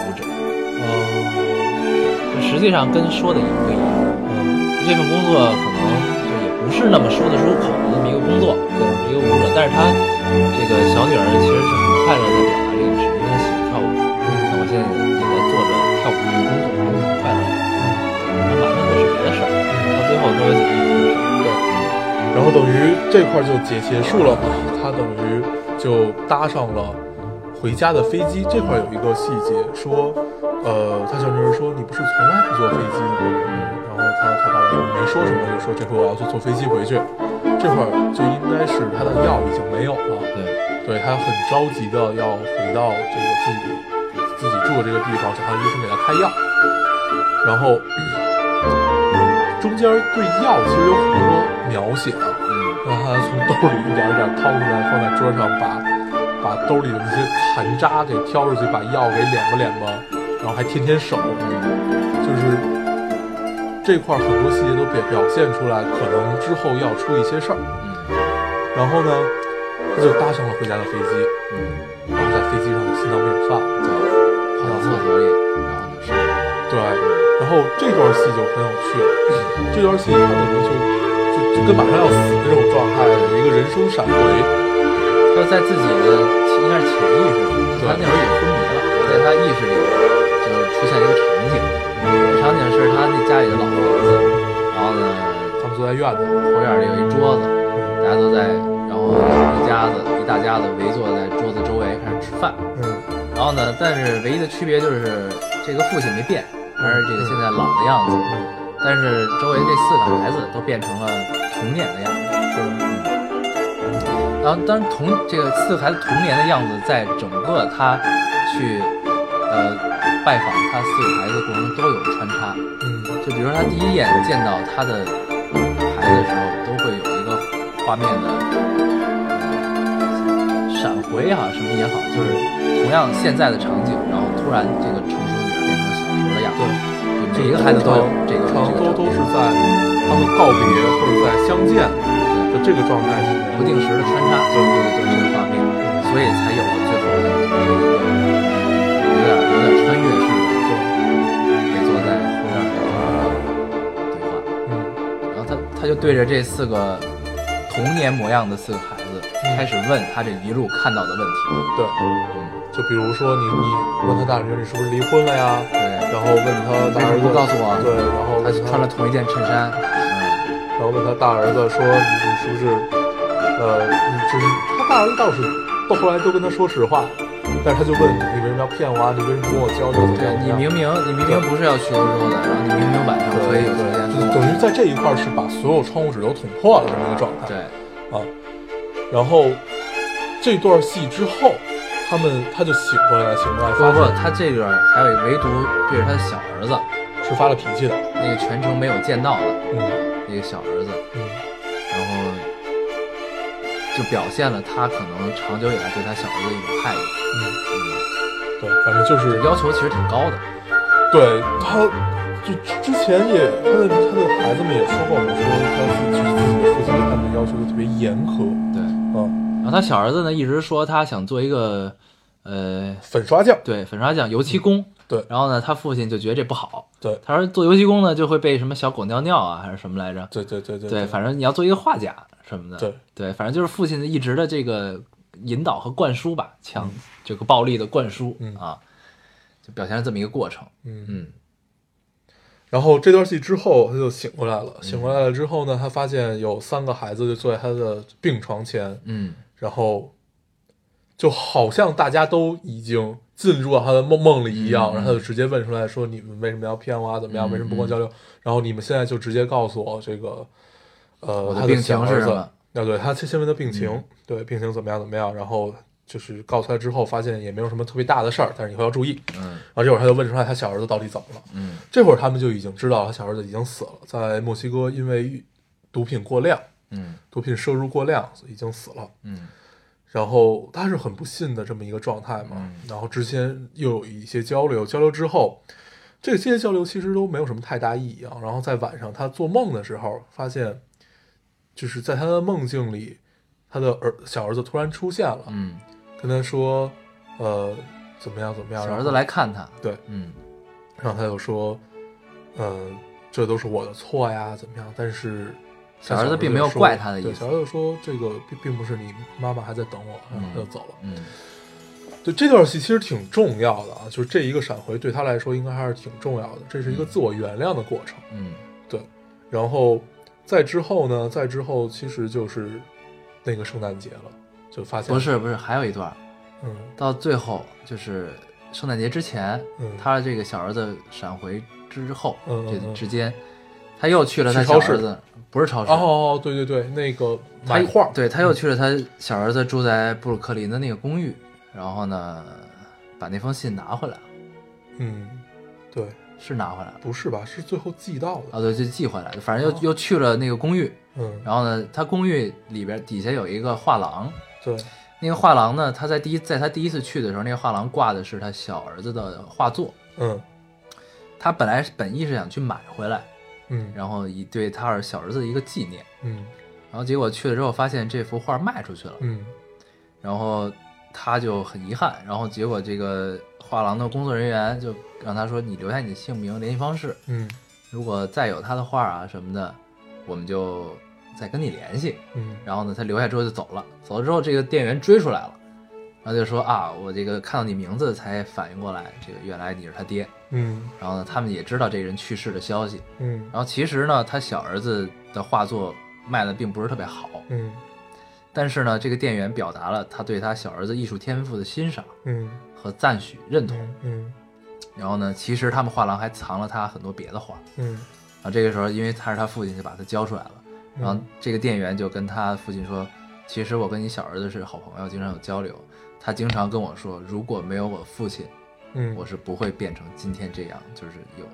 Speaker 1: 舞者，
Speaker 3: 嗯
Speaker 1: 就实际上跟说的一不一样。
Speaker 3: 嗯
Speaker 1: 这份工作可能就也不是那么说得出口的那么一个工作，一个舞者，但是她这个小女儿其实是很快乐地表达这个事，因为她喜欢跳舞。那我现在也在做着跳舞这个工作，我很快乐。她瞒的是别的事儿，嗯到最后都是自己一个人
Speaker 3: 对，嗯然后等于这块儿就结结束了嘛，他等于就搭上了回家的飞机。这块儿有一个细节说，呃，他小女儿说你不是从来不坐飞机的吗？然后他他爸爸也没说什么，就说这回我要坐坐飞机回去。这块儿就应该是他的药已经没有了。
Speaker 1: 对，
Speaker 3: 对他很着急的要回到这个自己自己住的这个地方，找他医生给他开药。然后嗯中间对药其实有很多描写啊，
Speaker 1: 嗯，
Speaker 3: 让他从兜里一点一点掏出来，放在桌上，把把兜里的那些残渣给挑出去，把药给敛吧敛吧，然后还舔舔手，就是这块儿很多细节都表表现出来，可能之后要出一些事儿。然后呢，他就搭上了回家的飞机。
Speaker 1: 嗯嗯，
Speaker 3: 然后在飞机上就心脏病犯了，
Speaker 1: 对，跑到厕所里，然后就是，
Speaker 3: 对，然后这段戏就很有趣了，这段戏他等于就就就跟马上要死的这种状态有一个人生闪回，
Speaker 1: 就在自己的应该是潜意识里，她那会儿已经昏迷了，在她意识里就出现一个场景，这场景是她那家里的老房子，然后呢。
Speaker 3: 他们坐在院子里，
Speaker 1: 后院里有一桌子，大家都在，然然后一家子一大家子围坐在桌子周围开始吃饭。
Speaker 3: 嗯
Speaker 1: 然后呢，但是唯一的区别就是这个父亲没变，还是这个现在老的样子，
Speaker 3: 嗯
Speaker 1: 但是周围这四个孩子都变成了童年的样子。然后，当然童这个四个孩子童年的样子，在整个他去呃拜访他四个孩子的过程中都有穿插。
Speaker 3: 嗯
Speaker 1: 就比如说他第一眼见到他的孩子的时候，都会有一个画面的、呃、闪回也好，什么也好，就是同样现在的场景，然后突然这个成熟的女儿变成了小时候的样子。对，每一个孩子都有这个这
Speaker 3: 常
Speaker 1: 个
Speaker 3: 都
Speaker 1: 转
Speaker 3: 都
Speaker 1: 变
Speaker 3: 是在他们告别或者在相见的这个状态里
Speaker 1: 不
Speaker 3: 面。
Speaker 1: 定时的穿插，对对对这个方面，所以才有了最后的这个有点有点穿越式的，就围坐在后面的对话。
Speaker 3: 嗯
Speaker 1: 然后他他就对着这四个童年模样的四个孩子，开始问他这一路看到的问题。
Speaker 3: 对，
Speaker 1: 嗯
Speaker 3: 就比如说你你问他大学你是不是离婚了呀？
Speaker 1: 对，
Speaker 3: 然后问他大儿
Speaker 1: 为什么
Speaker 3: 子
Speaker 1: 不告诉我啊
Speaker 3: 对，然
Speaker 1: 嗯
Speaker 3: 后
Speaker 1: 他
Speaker 3: 问
Speaker 1: 穿了同一件衬衫，嗯，
Speaker 3: 然后问他大儿子说：“你你是不是，呃，你就是他大儿子倒是到后来都跟他说实话，但是他就问你为什么要骗我啊？你为什么跟我交流？怎么
Speaker 1: 对
Speaker 3: 样？
Speaker 1: 你明明你明明不是要去欧洲的，然后你明明晚上可以有时间
Speaker 3: 就是等于在这一块儿是把所有窗户纸都捅破了这么一个状态。
Speaker 1: 对，
Speaker 3: 啊，然后这段戏之后，他们他就醒过来，醒过来
Speaker 1: 包
Speaker 3: 发
Speaker 1: 括
Speaker 3: 现
Speaker 1: 他这个还有唯独对着他的小儿子，
Speaker 3: 是发了脾气的。
Speaker 1: 那个全程没有见到的
Speaker 3: 嗯
Speaker 1: 那个小儿子，
Speaker 3: 嗯
Speaker 1: 然后就表现了他可能长久以来对他小儿子的一种害意，
Speaker 3: 嗯，对，反正就是
Speaker 1: 要求其实挺高的。
Speaker 3: 对他，就之前也他的他的孩子们也说过嘛，说他自己自己的父亲对他们的要求都特别严苛
Speaker 1: 对，
Speaker 3: 啊，
Speaker 1: 然后他小儿子呢一直说他想做一个呃，
Speaker 3: 粉刷匠，
Speaker 1: 对粉刷匠、油漆工。
Speaker 3: 嗯对
Speaker 1: 然后呢，他父亲就觉得这不好。
Speaker 3: 对
Speaker 1: 他说做油漆工呢就会被什么小狗尿尿啊，还是什么来着？
Speaker 3: 对对对对
Speaker 1: 对，反正你要做一个画家什么的。
Speaker 3: 对
Speaker 1: 反正就是父亲一直的这个引导和灌输吧，强、这个暴力的灌输、
Speaker 3: 嗯
Speaker 1: 啊，就表现了这么一个过程。
Speaker 3: 嗯，
Speaker 1: 嗯，
Speaker 3: 然后这段戏之后他就醒过来了，醒过来了之后呢，他发现有三个孩子就坐在他的病床前，
Speaker 1: 嗯，
Speaker 3: 然后就好像大家都已经进入到他的梦梦里一样，
Speaker 1: 嗯
Speaker 3: 然后他就直接问出来说：“你们为什么要骗我啊？怎么样？为什么不跟我交流？然后你们现在就直接告诉我这个，呃，
Speaker 1: 我的
Speaker 3: 他
Speaker 1: 病情
Speaker 3: 小
Speaker 1: 是
Speaker 3: 儿
Speaker 1: 什
Speaker 3: 子，
Speaker 1: 么嗯
Speaker 3: 啊，对他先先问他病情，对病情怎么样怎么样，然后就是告诉他之后，发现也没有什么特别大的事儿，但是以后要注意。
Speaker 1: 嗯
Speaker 3: 然后这会儿他就问出来他小儿子到底怎么了。
Speaker 1: 嗯
Speaker 3: 这会儿他们就已经知道他小儿子已经死了，在墨西哥因为毒品过量，
Speaker 1: 嗯
Speaker 3: 毒品摄入过量所以已经死了。
Speaker 1: 嗯
Speaker 3: 然后他是很不信的这么一个状态嘛。
Speaker 1: 嗯
Speaker 3: 然后之前又有一些交流，交流之后，这些交流其实都没有什么太大意义啊。然后在晚上他做梦的时候，发现就是在他的梦境里，他的儿小儿子突然出现了，
Speaker 1: 嗯，
Speaker 3: 跟他说，呃，怎么样怎么样，
Speaker 1: 小儿
Speaker 3: 然后
Speaker 1: 子来，看他。
Speaker 3: 对，
Speaker 1: 嗯
Speaker 3: 然后他就说，呃，这都是我的错呀，怎么样？但是。
Speaker 1: 小儿子并没有怪他的意思
Speaker 3: 对，小儿子说：“这个并并不是你妈妈还在等我。”然后他就走了。
Speaker 1: 嗯
Speaker 3: 对这段戏其实挺重要的啊，就是这一个闪回对他来说应该还是挺重要的，这是一个自我原谅的过程。
Speaker 1: 嗯
Speaker 3: 对，然后在之后呢，在之后其实就是那个圣诞节了，就发现
Speaker 1: 不，是不是，还有一段儿，
Speaker 3: 嗯
Speaker 1: 到最后就是圣诞节之前，
Speaker 3: 嗯
Speaker 1: 他这个小儿子闪回之后，
Speaker 3: 嗯嗯
Speaker 1: 这
Speaker 3: 嗯
Speaker 1: 之间，他又去了他
Speaker 3: 去
Speaker 1: 小
Speaker 3: 超市
Speaker 1: 儿子，不是超市，
Speaker 3: 哦哦对对对，那个
Speaker 1: 他
Speaker 3: 买画，，
Speaker 1: 对他又去了他小儿子住在布鲁克林的那个公寓，然后呢，把那封信拿回来了，
Speaker 3: 嗯，对，
Speaker 1: 是拿回来了
Speaker 3: 不是吧？是最后寄到的，
Speaker 1: 啊，对，就寄回来了，反正又、
Speaker 3: 哦
Speaker 1: 又去了那个公寓，
Speaker 3: 嗯，
Speaker 1: 然后呢，他公寓里边底下有一个画廊。
Speaker 3: 对，
Speaker 1: 那个画廊呢？他在第一，在他第一次去的时候，那个画廊挂的是他小儿子的画作。
Speaker 3: 嗯
Speaker 1: 他本来是本意是想去买回来，
Speaker 3: 嗯
Speaker 1: 然后以对他儿小儿子的一个纪念。
Speaker 3: 嗯
Speaker 1: 然后结果去了之后，发现这幅画卖出去了，
Speaker 3: 嗯
Speaker 1: 然后他就很遗憾。然后结果这个画廊的工作人员就让他说：“你留下你的姓名、联系方式，
Speaker 3: 嗯
Speaker 1: 如果再有他的画啊什么的，我们就再跟你联系。”
Speaker 3: 嗯
Speaker 1: 然后呢，他留下之后就走了。走了之后，这个店员追出来了，然后就说：“啊，我这个看到你名字才反应过来，这个原来你是他爹。”
Speaker 3: 嗯
Speaker 1: 然后呢，他们也知道这个人去世的消息。
Speaker 3: 嗯
Speaker 1: 然后其实呢，他小儿子的画作卖的并不是特别好，
Speaker 3: 嗯
Speaker 1: 但是呢，这个店员表达了他对他小儿子艺术天赋的欣赏
Speaker 3: 嗯
Speaker 1: 和赞许、认同。
Speaker 3: 嗯嗯
Speaker 1: 然后呢，其实他们画廊还藏了他很多别的画。
Speaker 3: 嗯
Speaker 1: 然后这个时候，因为他是他父亲，就把他交出来了。
Speaker 3: 嗯
Speaker 1: 然后这个店员就跟他父亲说：“其实我跟你小儿子是好朋友，经常有交流。他经常跟我说，如果没有我父亲，
Speaker 3: 嗯，
Speaker 1: 我是不会变成今天这样，就是有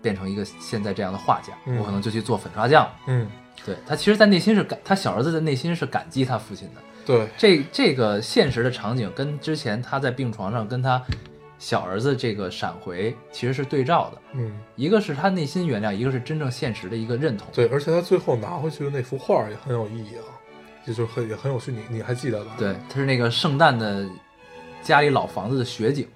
Speaker 1: 变成一个现在这样的画家。
Speaker 3: 嗯
Speaker 1: 我可能就去做粉刷匠了。
Speaker 3: 嗯
Speaker 1: 对他，其实，在内心是感他小儿子的内心是感激他父亲的。
Speaker 3: 对，
Speaker 1: 这这个现实的场景跟之前他在病床上跟他小儿子这个闪回其实是对照的，
Speaker 3: 嗯
Speaker 1: 一个是他内心原谅，一个是真正现实的一个认同。
Speaker 3: 对，而且他最后拿回去的那幅画儿也很有意义啊，也就是很也很有趣，你你还记得吧？
Speaker 1: 对，他是那个圣诞的家里老房子的雪景，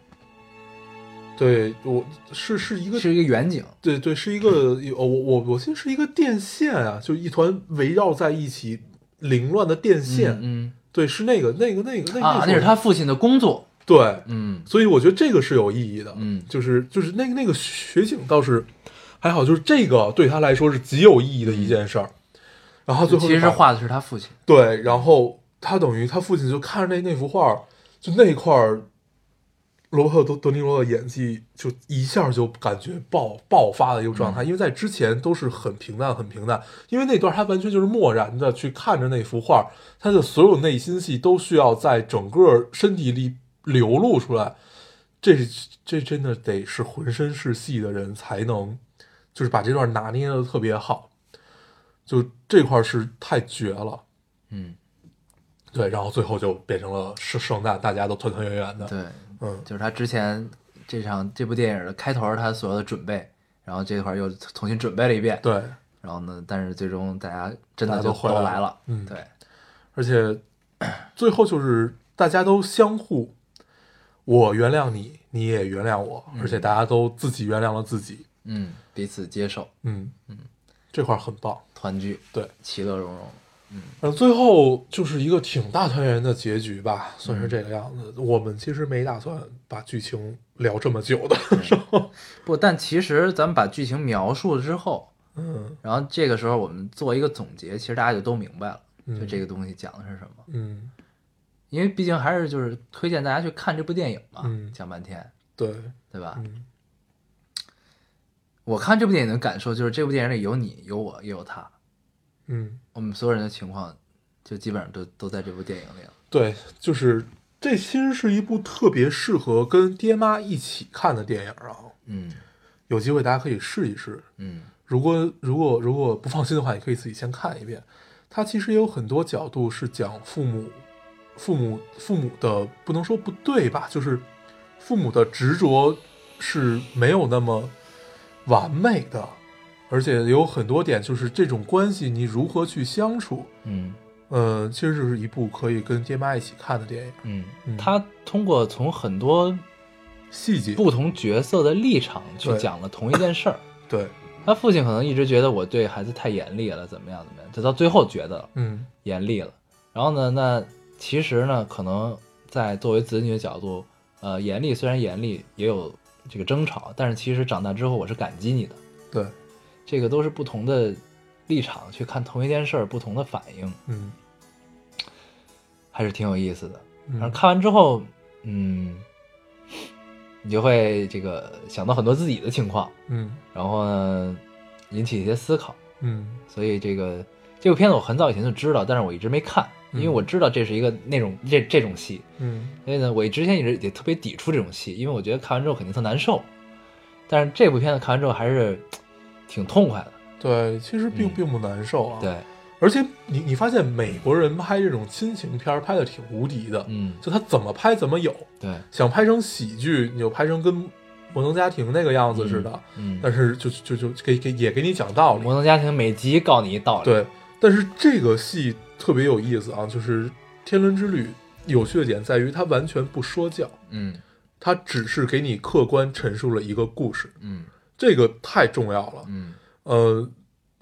Speaker 3: 对，我是是一个
Speaker 1: 是一个远景。
Speaker 3: 对对，是一个有我我我记得是一个电线啊，就一团围绕在一起凌乱的电线。
Speaker 1: 嗯
Speaker 3: 对，是那个那个那个那
Speaker 1: 嗯
Speaker 3: 个
Speaker 1: 啊，那是他父亲的工作。
Speaker 3: 对，
Speaker 1: 嗯
Speaker 3: 所以我觉得这个是有意义的。
Speaker 1: 嗯
Speaker 3: 就是就是那个那个雪景倒是还好，就是这个对他来说是极有意义的一件事儿。然后他最后
Speaker 1: 嗯其实
Speaker 3: 就把
Speaker 1: 画的是他父亲。
Speaker 3: 对，然后他等于他父亲就看着那那幅画儿，就那块儿，罗伯特德德尼罗的演技就一下就感觉爆爆发的一个状态，因为在之前都是很平淡很平淡，因为那段他完全就是漠然的去看着那幅画儿，他的所有内心戏都需要在整个身体里流露出来，这是这真的得是浑身是戏的人才能，就是把这段拿捏的特别好，就这块儿是太绝了。
Speaker 1: 嗯，
Speaker 3: 对，然后最后就变成了圣圣诞，大家都团团圆圆的。
Speaker 1: 对，
Speaker 3: 嗯，
Speaker 1: 就是他之前这场这部电影的开头，他所有的准备，然后这块儿又重新准备了一遍。
Speaker 3: 对，
Speaker 1: 然后呢，但是最终大家真
Speaker 3: 大
Speaker 1: 的
Speaker 3: 家
Speaker 1: 就
Speaker 3: 都回
Speaker 1: 都
Speaker 3: 来
Speaker 1: 来
Speaker 3: 了
Speaker 1: 了，
Speaker 3: 嗯
Speaker 1: 对，
Speaker 3: 而且 最后就是大家都相互，我原谅你，你也原谅我，而且大家都自己原谅了自己。
Speaker 1: 嗯，彼此接受，
Speaker 3: 嗯嗯，这块儿很棒。
Speaker 1: 团聚，
Speaker 3: 对，
Speaker 1: 其乐融融，
Speaker 3: 然后最后就是一个挺大团圆的结局吧，算
Speaker 1: 嗯
Speaker 3: 是这个样子。我们其实没打算把剧情聊这么久的， 是吧？
Speaker 1: 不，但其实咱们把剧情描述了之后，
Speaker 3: 嗯
Speaker 1: 然后这个时候我们做一个总结，其实大家就都明白了，
Speaker 3: 嗯
Speaker 1: 就这个东西讲的是什么。
Speaker 3: 嗯，
Speaker 1: 因为毕竟还是就是推荐大家去看这部电影嘛，
Speaker 3: 嗯
Speaker 1: 讲半天，
Speaker 3: 对，
Speaker 1: 对吧？
Speaker 3: 嗯
Speaker 1: 我看这部电影的感受就是，这部电影里有你，有我，也有他，
Speaker 3: 嗯。
Speaker 1: 我们所有人的情况就基本上都都在这部电影里了。
Speaker 3: 对，就是这其实是一部特别适合跟爹妈一起看的电影啊，
Speaker 1: 嗯
Speaker 3: 有机会大家可以试一试。
Speaker 1: 嗯
Speaker 3: 如果如果如果不放心的话，也可以自己先看一遍。它其实也有很多角度是讲父母、父母、父母的，不能说不对吧，就是父母的执着是没有那么完美的，而且有很多点就是这种关系你如何去相处。
Speaker 1: 嗯
Speaker 3: 呃，其实就是一部可以跟爹妈一起看的电影，
Speaker 1: 嗯，
Speaker 3: 嗯
Speaker 1: 他通过从很多
Speaker 3: 细节
Speaker 1: 不同角色的立场去
Speaker 3: 对
Speaker 1: 讲了同一件事儿。
Speaker 3: 对，
Speaker 1: 他父亲可能一直觉得我对孩子太严厉了，怎么样怎么样，直到最后觉得
Speaker 3: 嗯
Speaker 1: 严厉了。然后呢，那其实呢，可能在作为子女的角度，呃，严厉虽然严厉，也有这个争吵，但是其实长大之后我是感激你的。，
Speaker 3: 对，
Speaker 1: 这个都是不同的立场去看同一件事儿，不同的反应，
Speaker 3: 嗯，
Speaker 1: 还是挺有意思的。
Speaker 3: 嗯
Speaker 1: 然后看完之后，嗯，你就会这个想到很多自己的情况，
Speaker 3: 嗯
Speaker 1: 然后呢，引起一些思考。
Speaker 3: 嗯
Speaker 1: 所以这个这部片子我很早以前就知道，但是我一直没看，因为我知道这是一个那种这这种戏，
Speaker 3: 嗯
Speaker 1: 所以呢，我之前一直也特别抵触这种戏，因为我觉得看完之后肯定特难受。但是这部片子看完之后还是挺痛快的，
Speaker 3: 对，其实并
Speaker 1: 嗯
Speaker 3: 并不难受啊。，
Speaker 1: 对，
Speaker 3: 而且你你发现美国人拍这种亲情片儿拍的挺无敌的，
Speaker 1: 嗯，
Speaker 3: 就他怎么拍怎么有，
Speaker 1: 对，
Speaker 3: 想拍成喜剧你就拍成跟《摩登家庭》那个样子似的，
Speaker 1: 嗯，
Speaker 3: 但是就就就给给也给你讲道理
Speaker 1: 摩。登家庭每集告你一道理，，
Speaker 3: 对，但是这个戏特别有意思啊，就是《天伦之旅》有趣的点在于它完全不说教，
Speaker 1: 嗯
Speaker 3: 它只是给你客观陈述了一个故事，
Speaker 1: 嗯
Speaker 3: 这个太重要了。
Speaker 1: 嗯
Speaker 3: 呃，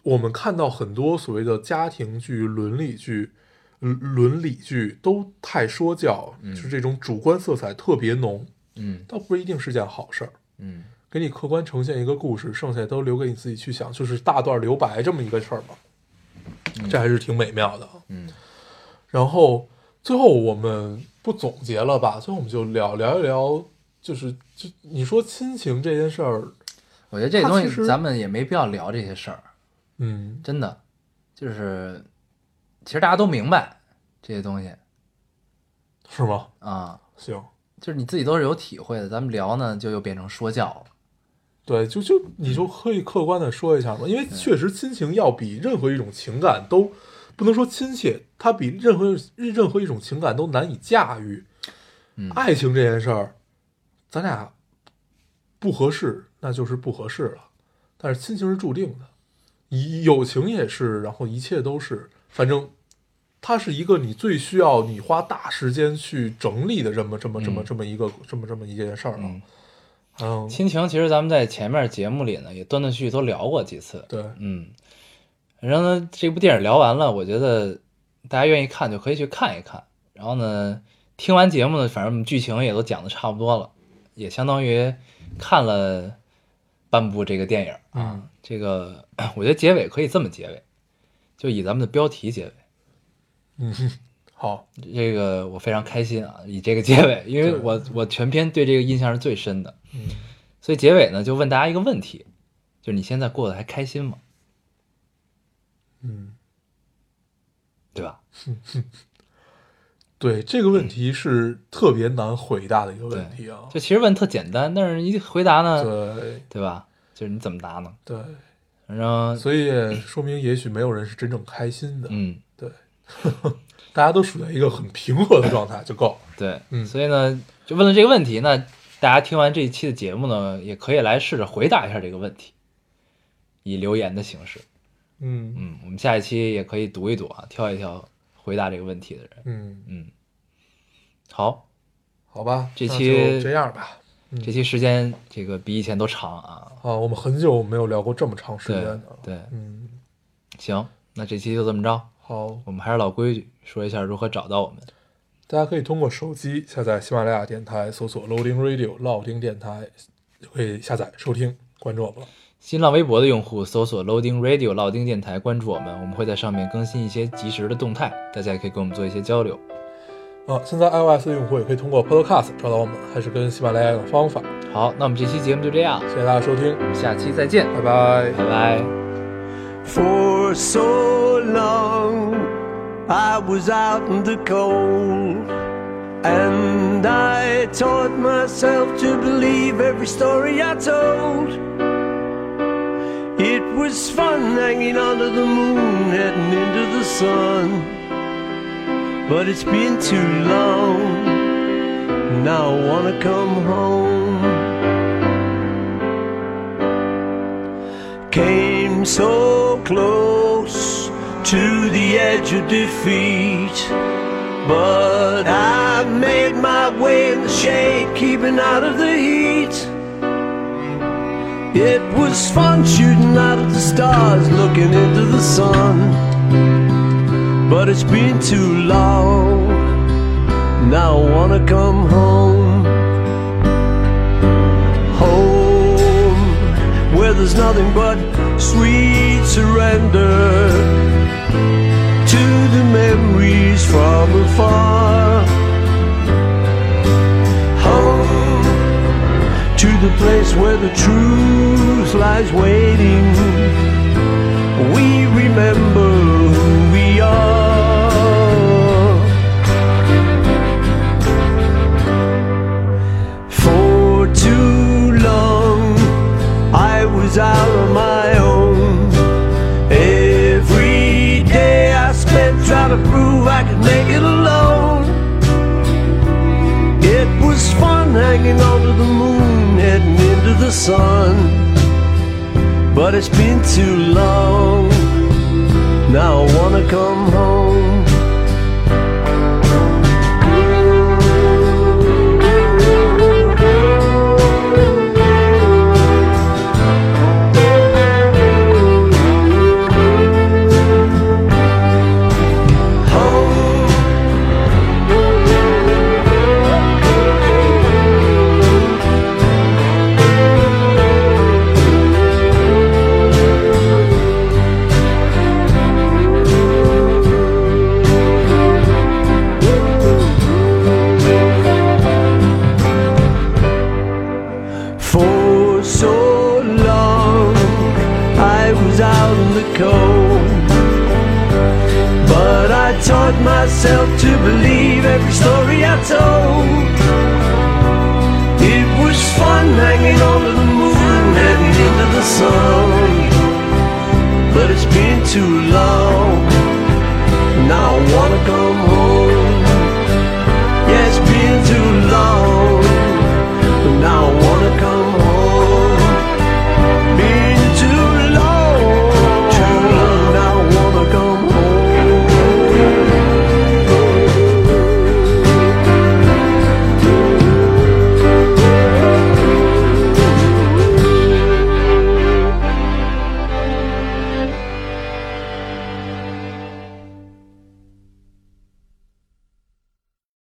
Speaker 3: 我们看到很多所谓的家庭剧、伦理剧、伦伦理剧都太说教，
Speaker 1: 嗯
Speaker 3: 就是这种主观色彩特别浓，
Speaker 1: 嗯
Speaker 3: 倒不一定是件好事儿。
Speaker 1: 嗯
Speaker 3: 给你客观呈现一个故事，剩下都留给你自己去想，就是大段留白这么一个事儿嘛，这还是挺美妙的。
Speaker 1: 嗯
Speaker 3: 然后最后我们不总结了吧？最后我们就聊聊一聊，就是就你说亲情这件事儿，
Speaker 1: 我觉得这个东
Speaker 3: 它其
Speaker 1: 西
Speaker 3: 实
Speaker 1: 咱们也没必要聊这些事儿，
Speaker 3: 嗯，
Speaker 1: 真的，就是其实大家都明白这些东西
Speaker 3: 是吗？
Speaker 1: 啊，
Speaker 3: 行，
Speaker 1: 就是你自己都是有体会的，咱们聊呢就又变成说教了。
Speaker 3: 对，就就你
Speaker 1: 嗯
Speaker 3: 就可以客观的说一下嘛，因为确实亲情要比任何一种情感都不能说亲切，它比任何任何一种情感都难以驾驭。
Speaker 1: 嗯
Speaker 3: 爱情这件事儿，咱俩不合适，那就是不合适了。但是亲情是注定的，以友情也是，然后一切都是，反正它是一个你最需要你花大时间去整理的这么这么这么
Speaker 1: 嗯
Speaker 3: 这么一个这么这么一件事儿啊
Speaker 1: 嗯。，
Speaker 3: 嗯，
Speaker 1: 亲情其实咱们在前面节目里呢也断断续续都聊过几次，
Speaker 3: 对，
Speaker 1: 嗯，然后呢这部电影聊完了，我觉得大家愿意看就可以去看一看。然后呢，听完节目呢，反正我们剧情也都讲的差不多了，也相当于看了半部这个电影啊。
Speaker 3: 嗯
Speaker 1: 这个我觉得结尾可以这么结尾，就以咱们的标题结尾。
Speaker 3: 嗯好。
Speaker 1: 这个我非常开心啊，以这个结尾，因为
Speaker 3: 对
Speaker 1: 我我全篇对这个印象是最深的，
Speaker 3: 嗯
Speaker 1: 所以结尾呢就问大家一个问题，就是你现在过得还开心吗？
Speaker 3: 嗯
Speaker 1: 对吧？，
Speaker 3: 对这个问题是特别难回答的一个问题啊。
Speaker 1: 就其实问特简单，但是一回答呢，
Speaker 3: 对
Speaker 1: 对吧？就是你怎么答呢？
Speaker 3: 对，
Speaker 1: 反正，
Speaker 3: 所以也说明也许没有人是真正开心的，
Speaker 1: 嗯，
Speaker 3: 大家都处在一个很平和的状态就够了。
Speaker 1: 对，
Speaker 3: 嗯
Speaker 1: 所以呢，就问了这个问题，那大家听完这一期的节目呢，也可以来试着回答一下这个问题，以留言的形式。
Speaker 3: 嗯
Speaker 1: 嗯，我们下一期也可以读一读啊，挑一挑回答这个问题的人。
Speaker 3: 嗯，
Speaker 1: 嗯，好，
Speaker 3: 好吧，
Speaker 1: 这
Speaker 3: 那
Speaker 1: 期
Speaker 3: 就这样吧。
Speaker 1: 这期时间这个比以前都长啊。
Speaker 3: 啊，我们很久没有聊过这么长时
Speaker 1: 对
Speaker 3: 间的了。
Speaker 1: 对，
Speaker 3: 嗯，
Speaker 1: 行，那这期就这么着。
Speaker 3: 好，
Speaker 1: 我们还是老规矩，说一下如何找到我们。
Speaker 3: 大家可以通过手机下载喜马拉雅电台，搜索 Loading Radio 老丁电台，就可以下载收听，关注我们了。
Speaker 1: 新浪微博的用户搜索 Loading Radio 老丁电台，关注我们，我们会在上面更新一些及时的动态，大家也可以跟我们做一些交流。
Speaker 3: 啊，现在 iOS 的用户也可以通过 Podcast 找到我们，还是跟喜马拉雅的方法。
Speaker 1: 好，那我们这期节目就这样，
Speaker 3: 谢谢大家收听，
Speaker 1: 我们下期再见，
Speaker 3: 拜拜。
Speaker 1: 拜拜。
Speaker 4: For so long, I was out in the cold, and I taught myself to believe every story I told. It was fun hanging under the moon, heading into the sun, but it's been too long. Now I wanna come home. came so close to the edge of defeat. But I made my way in the shade, keeping out of the heat. It was fun shooting out of the stars, looking into the sun. But it's been too long. Now I wanna come home home where there's nothing but sweet surrender to the memories from afar. Home to the place where the truth lies waiting. We remember who we are. For too long, I was out on my own. Every day I spent trying to prove I could make it alone. It was fun hanging onto the moon, heading into the sun. But it's been too long. Now I wanna come home. home. friends out in the cold. But I taught myself to believe every story I told. It was fun hanging on to the moon, heading into the sun. But it's been too long. Now I wanna come home. Yeah, it's been too long. But now I wanna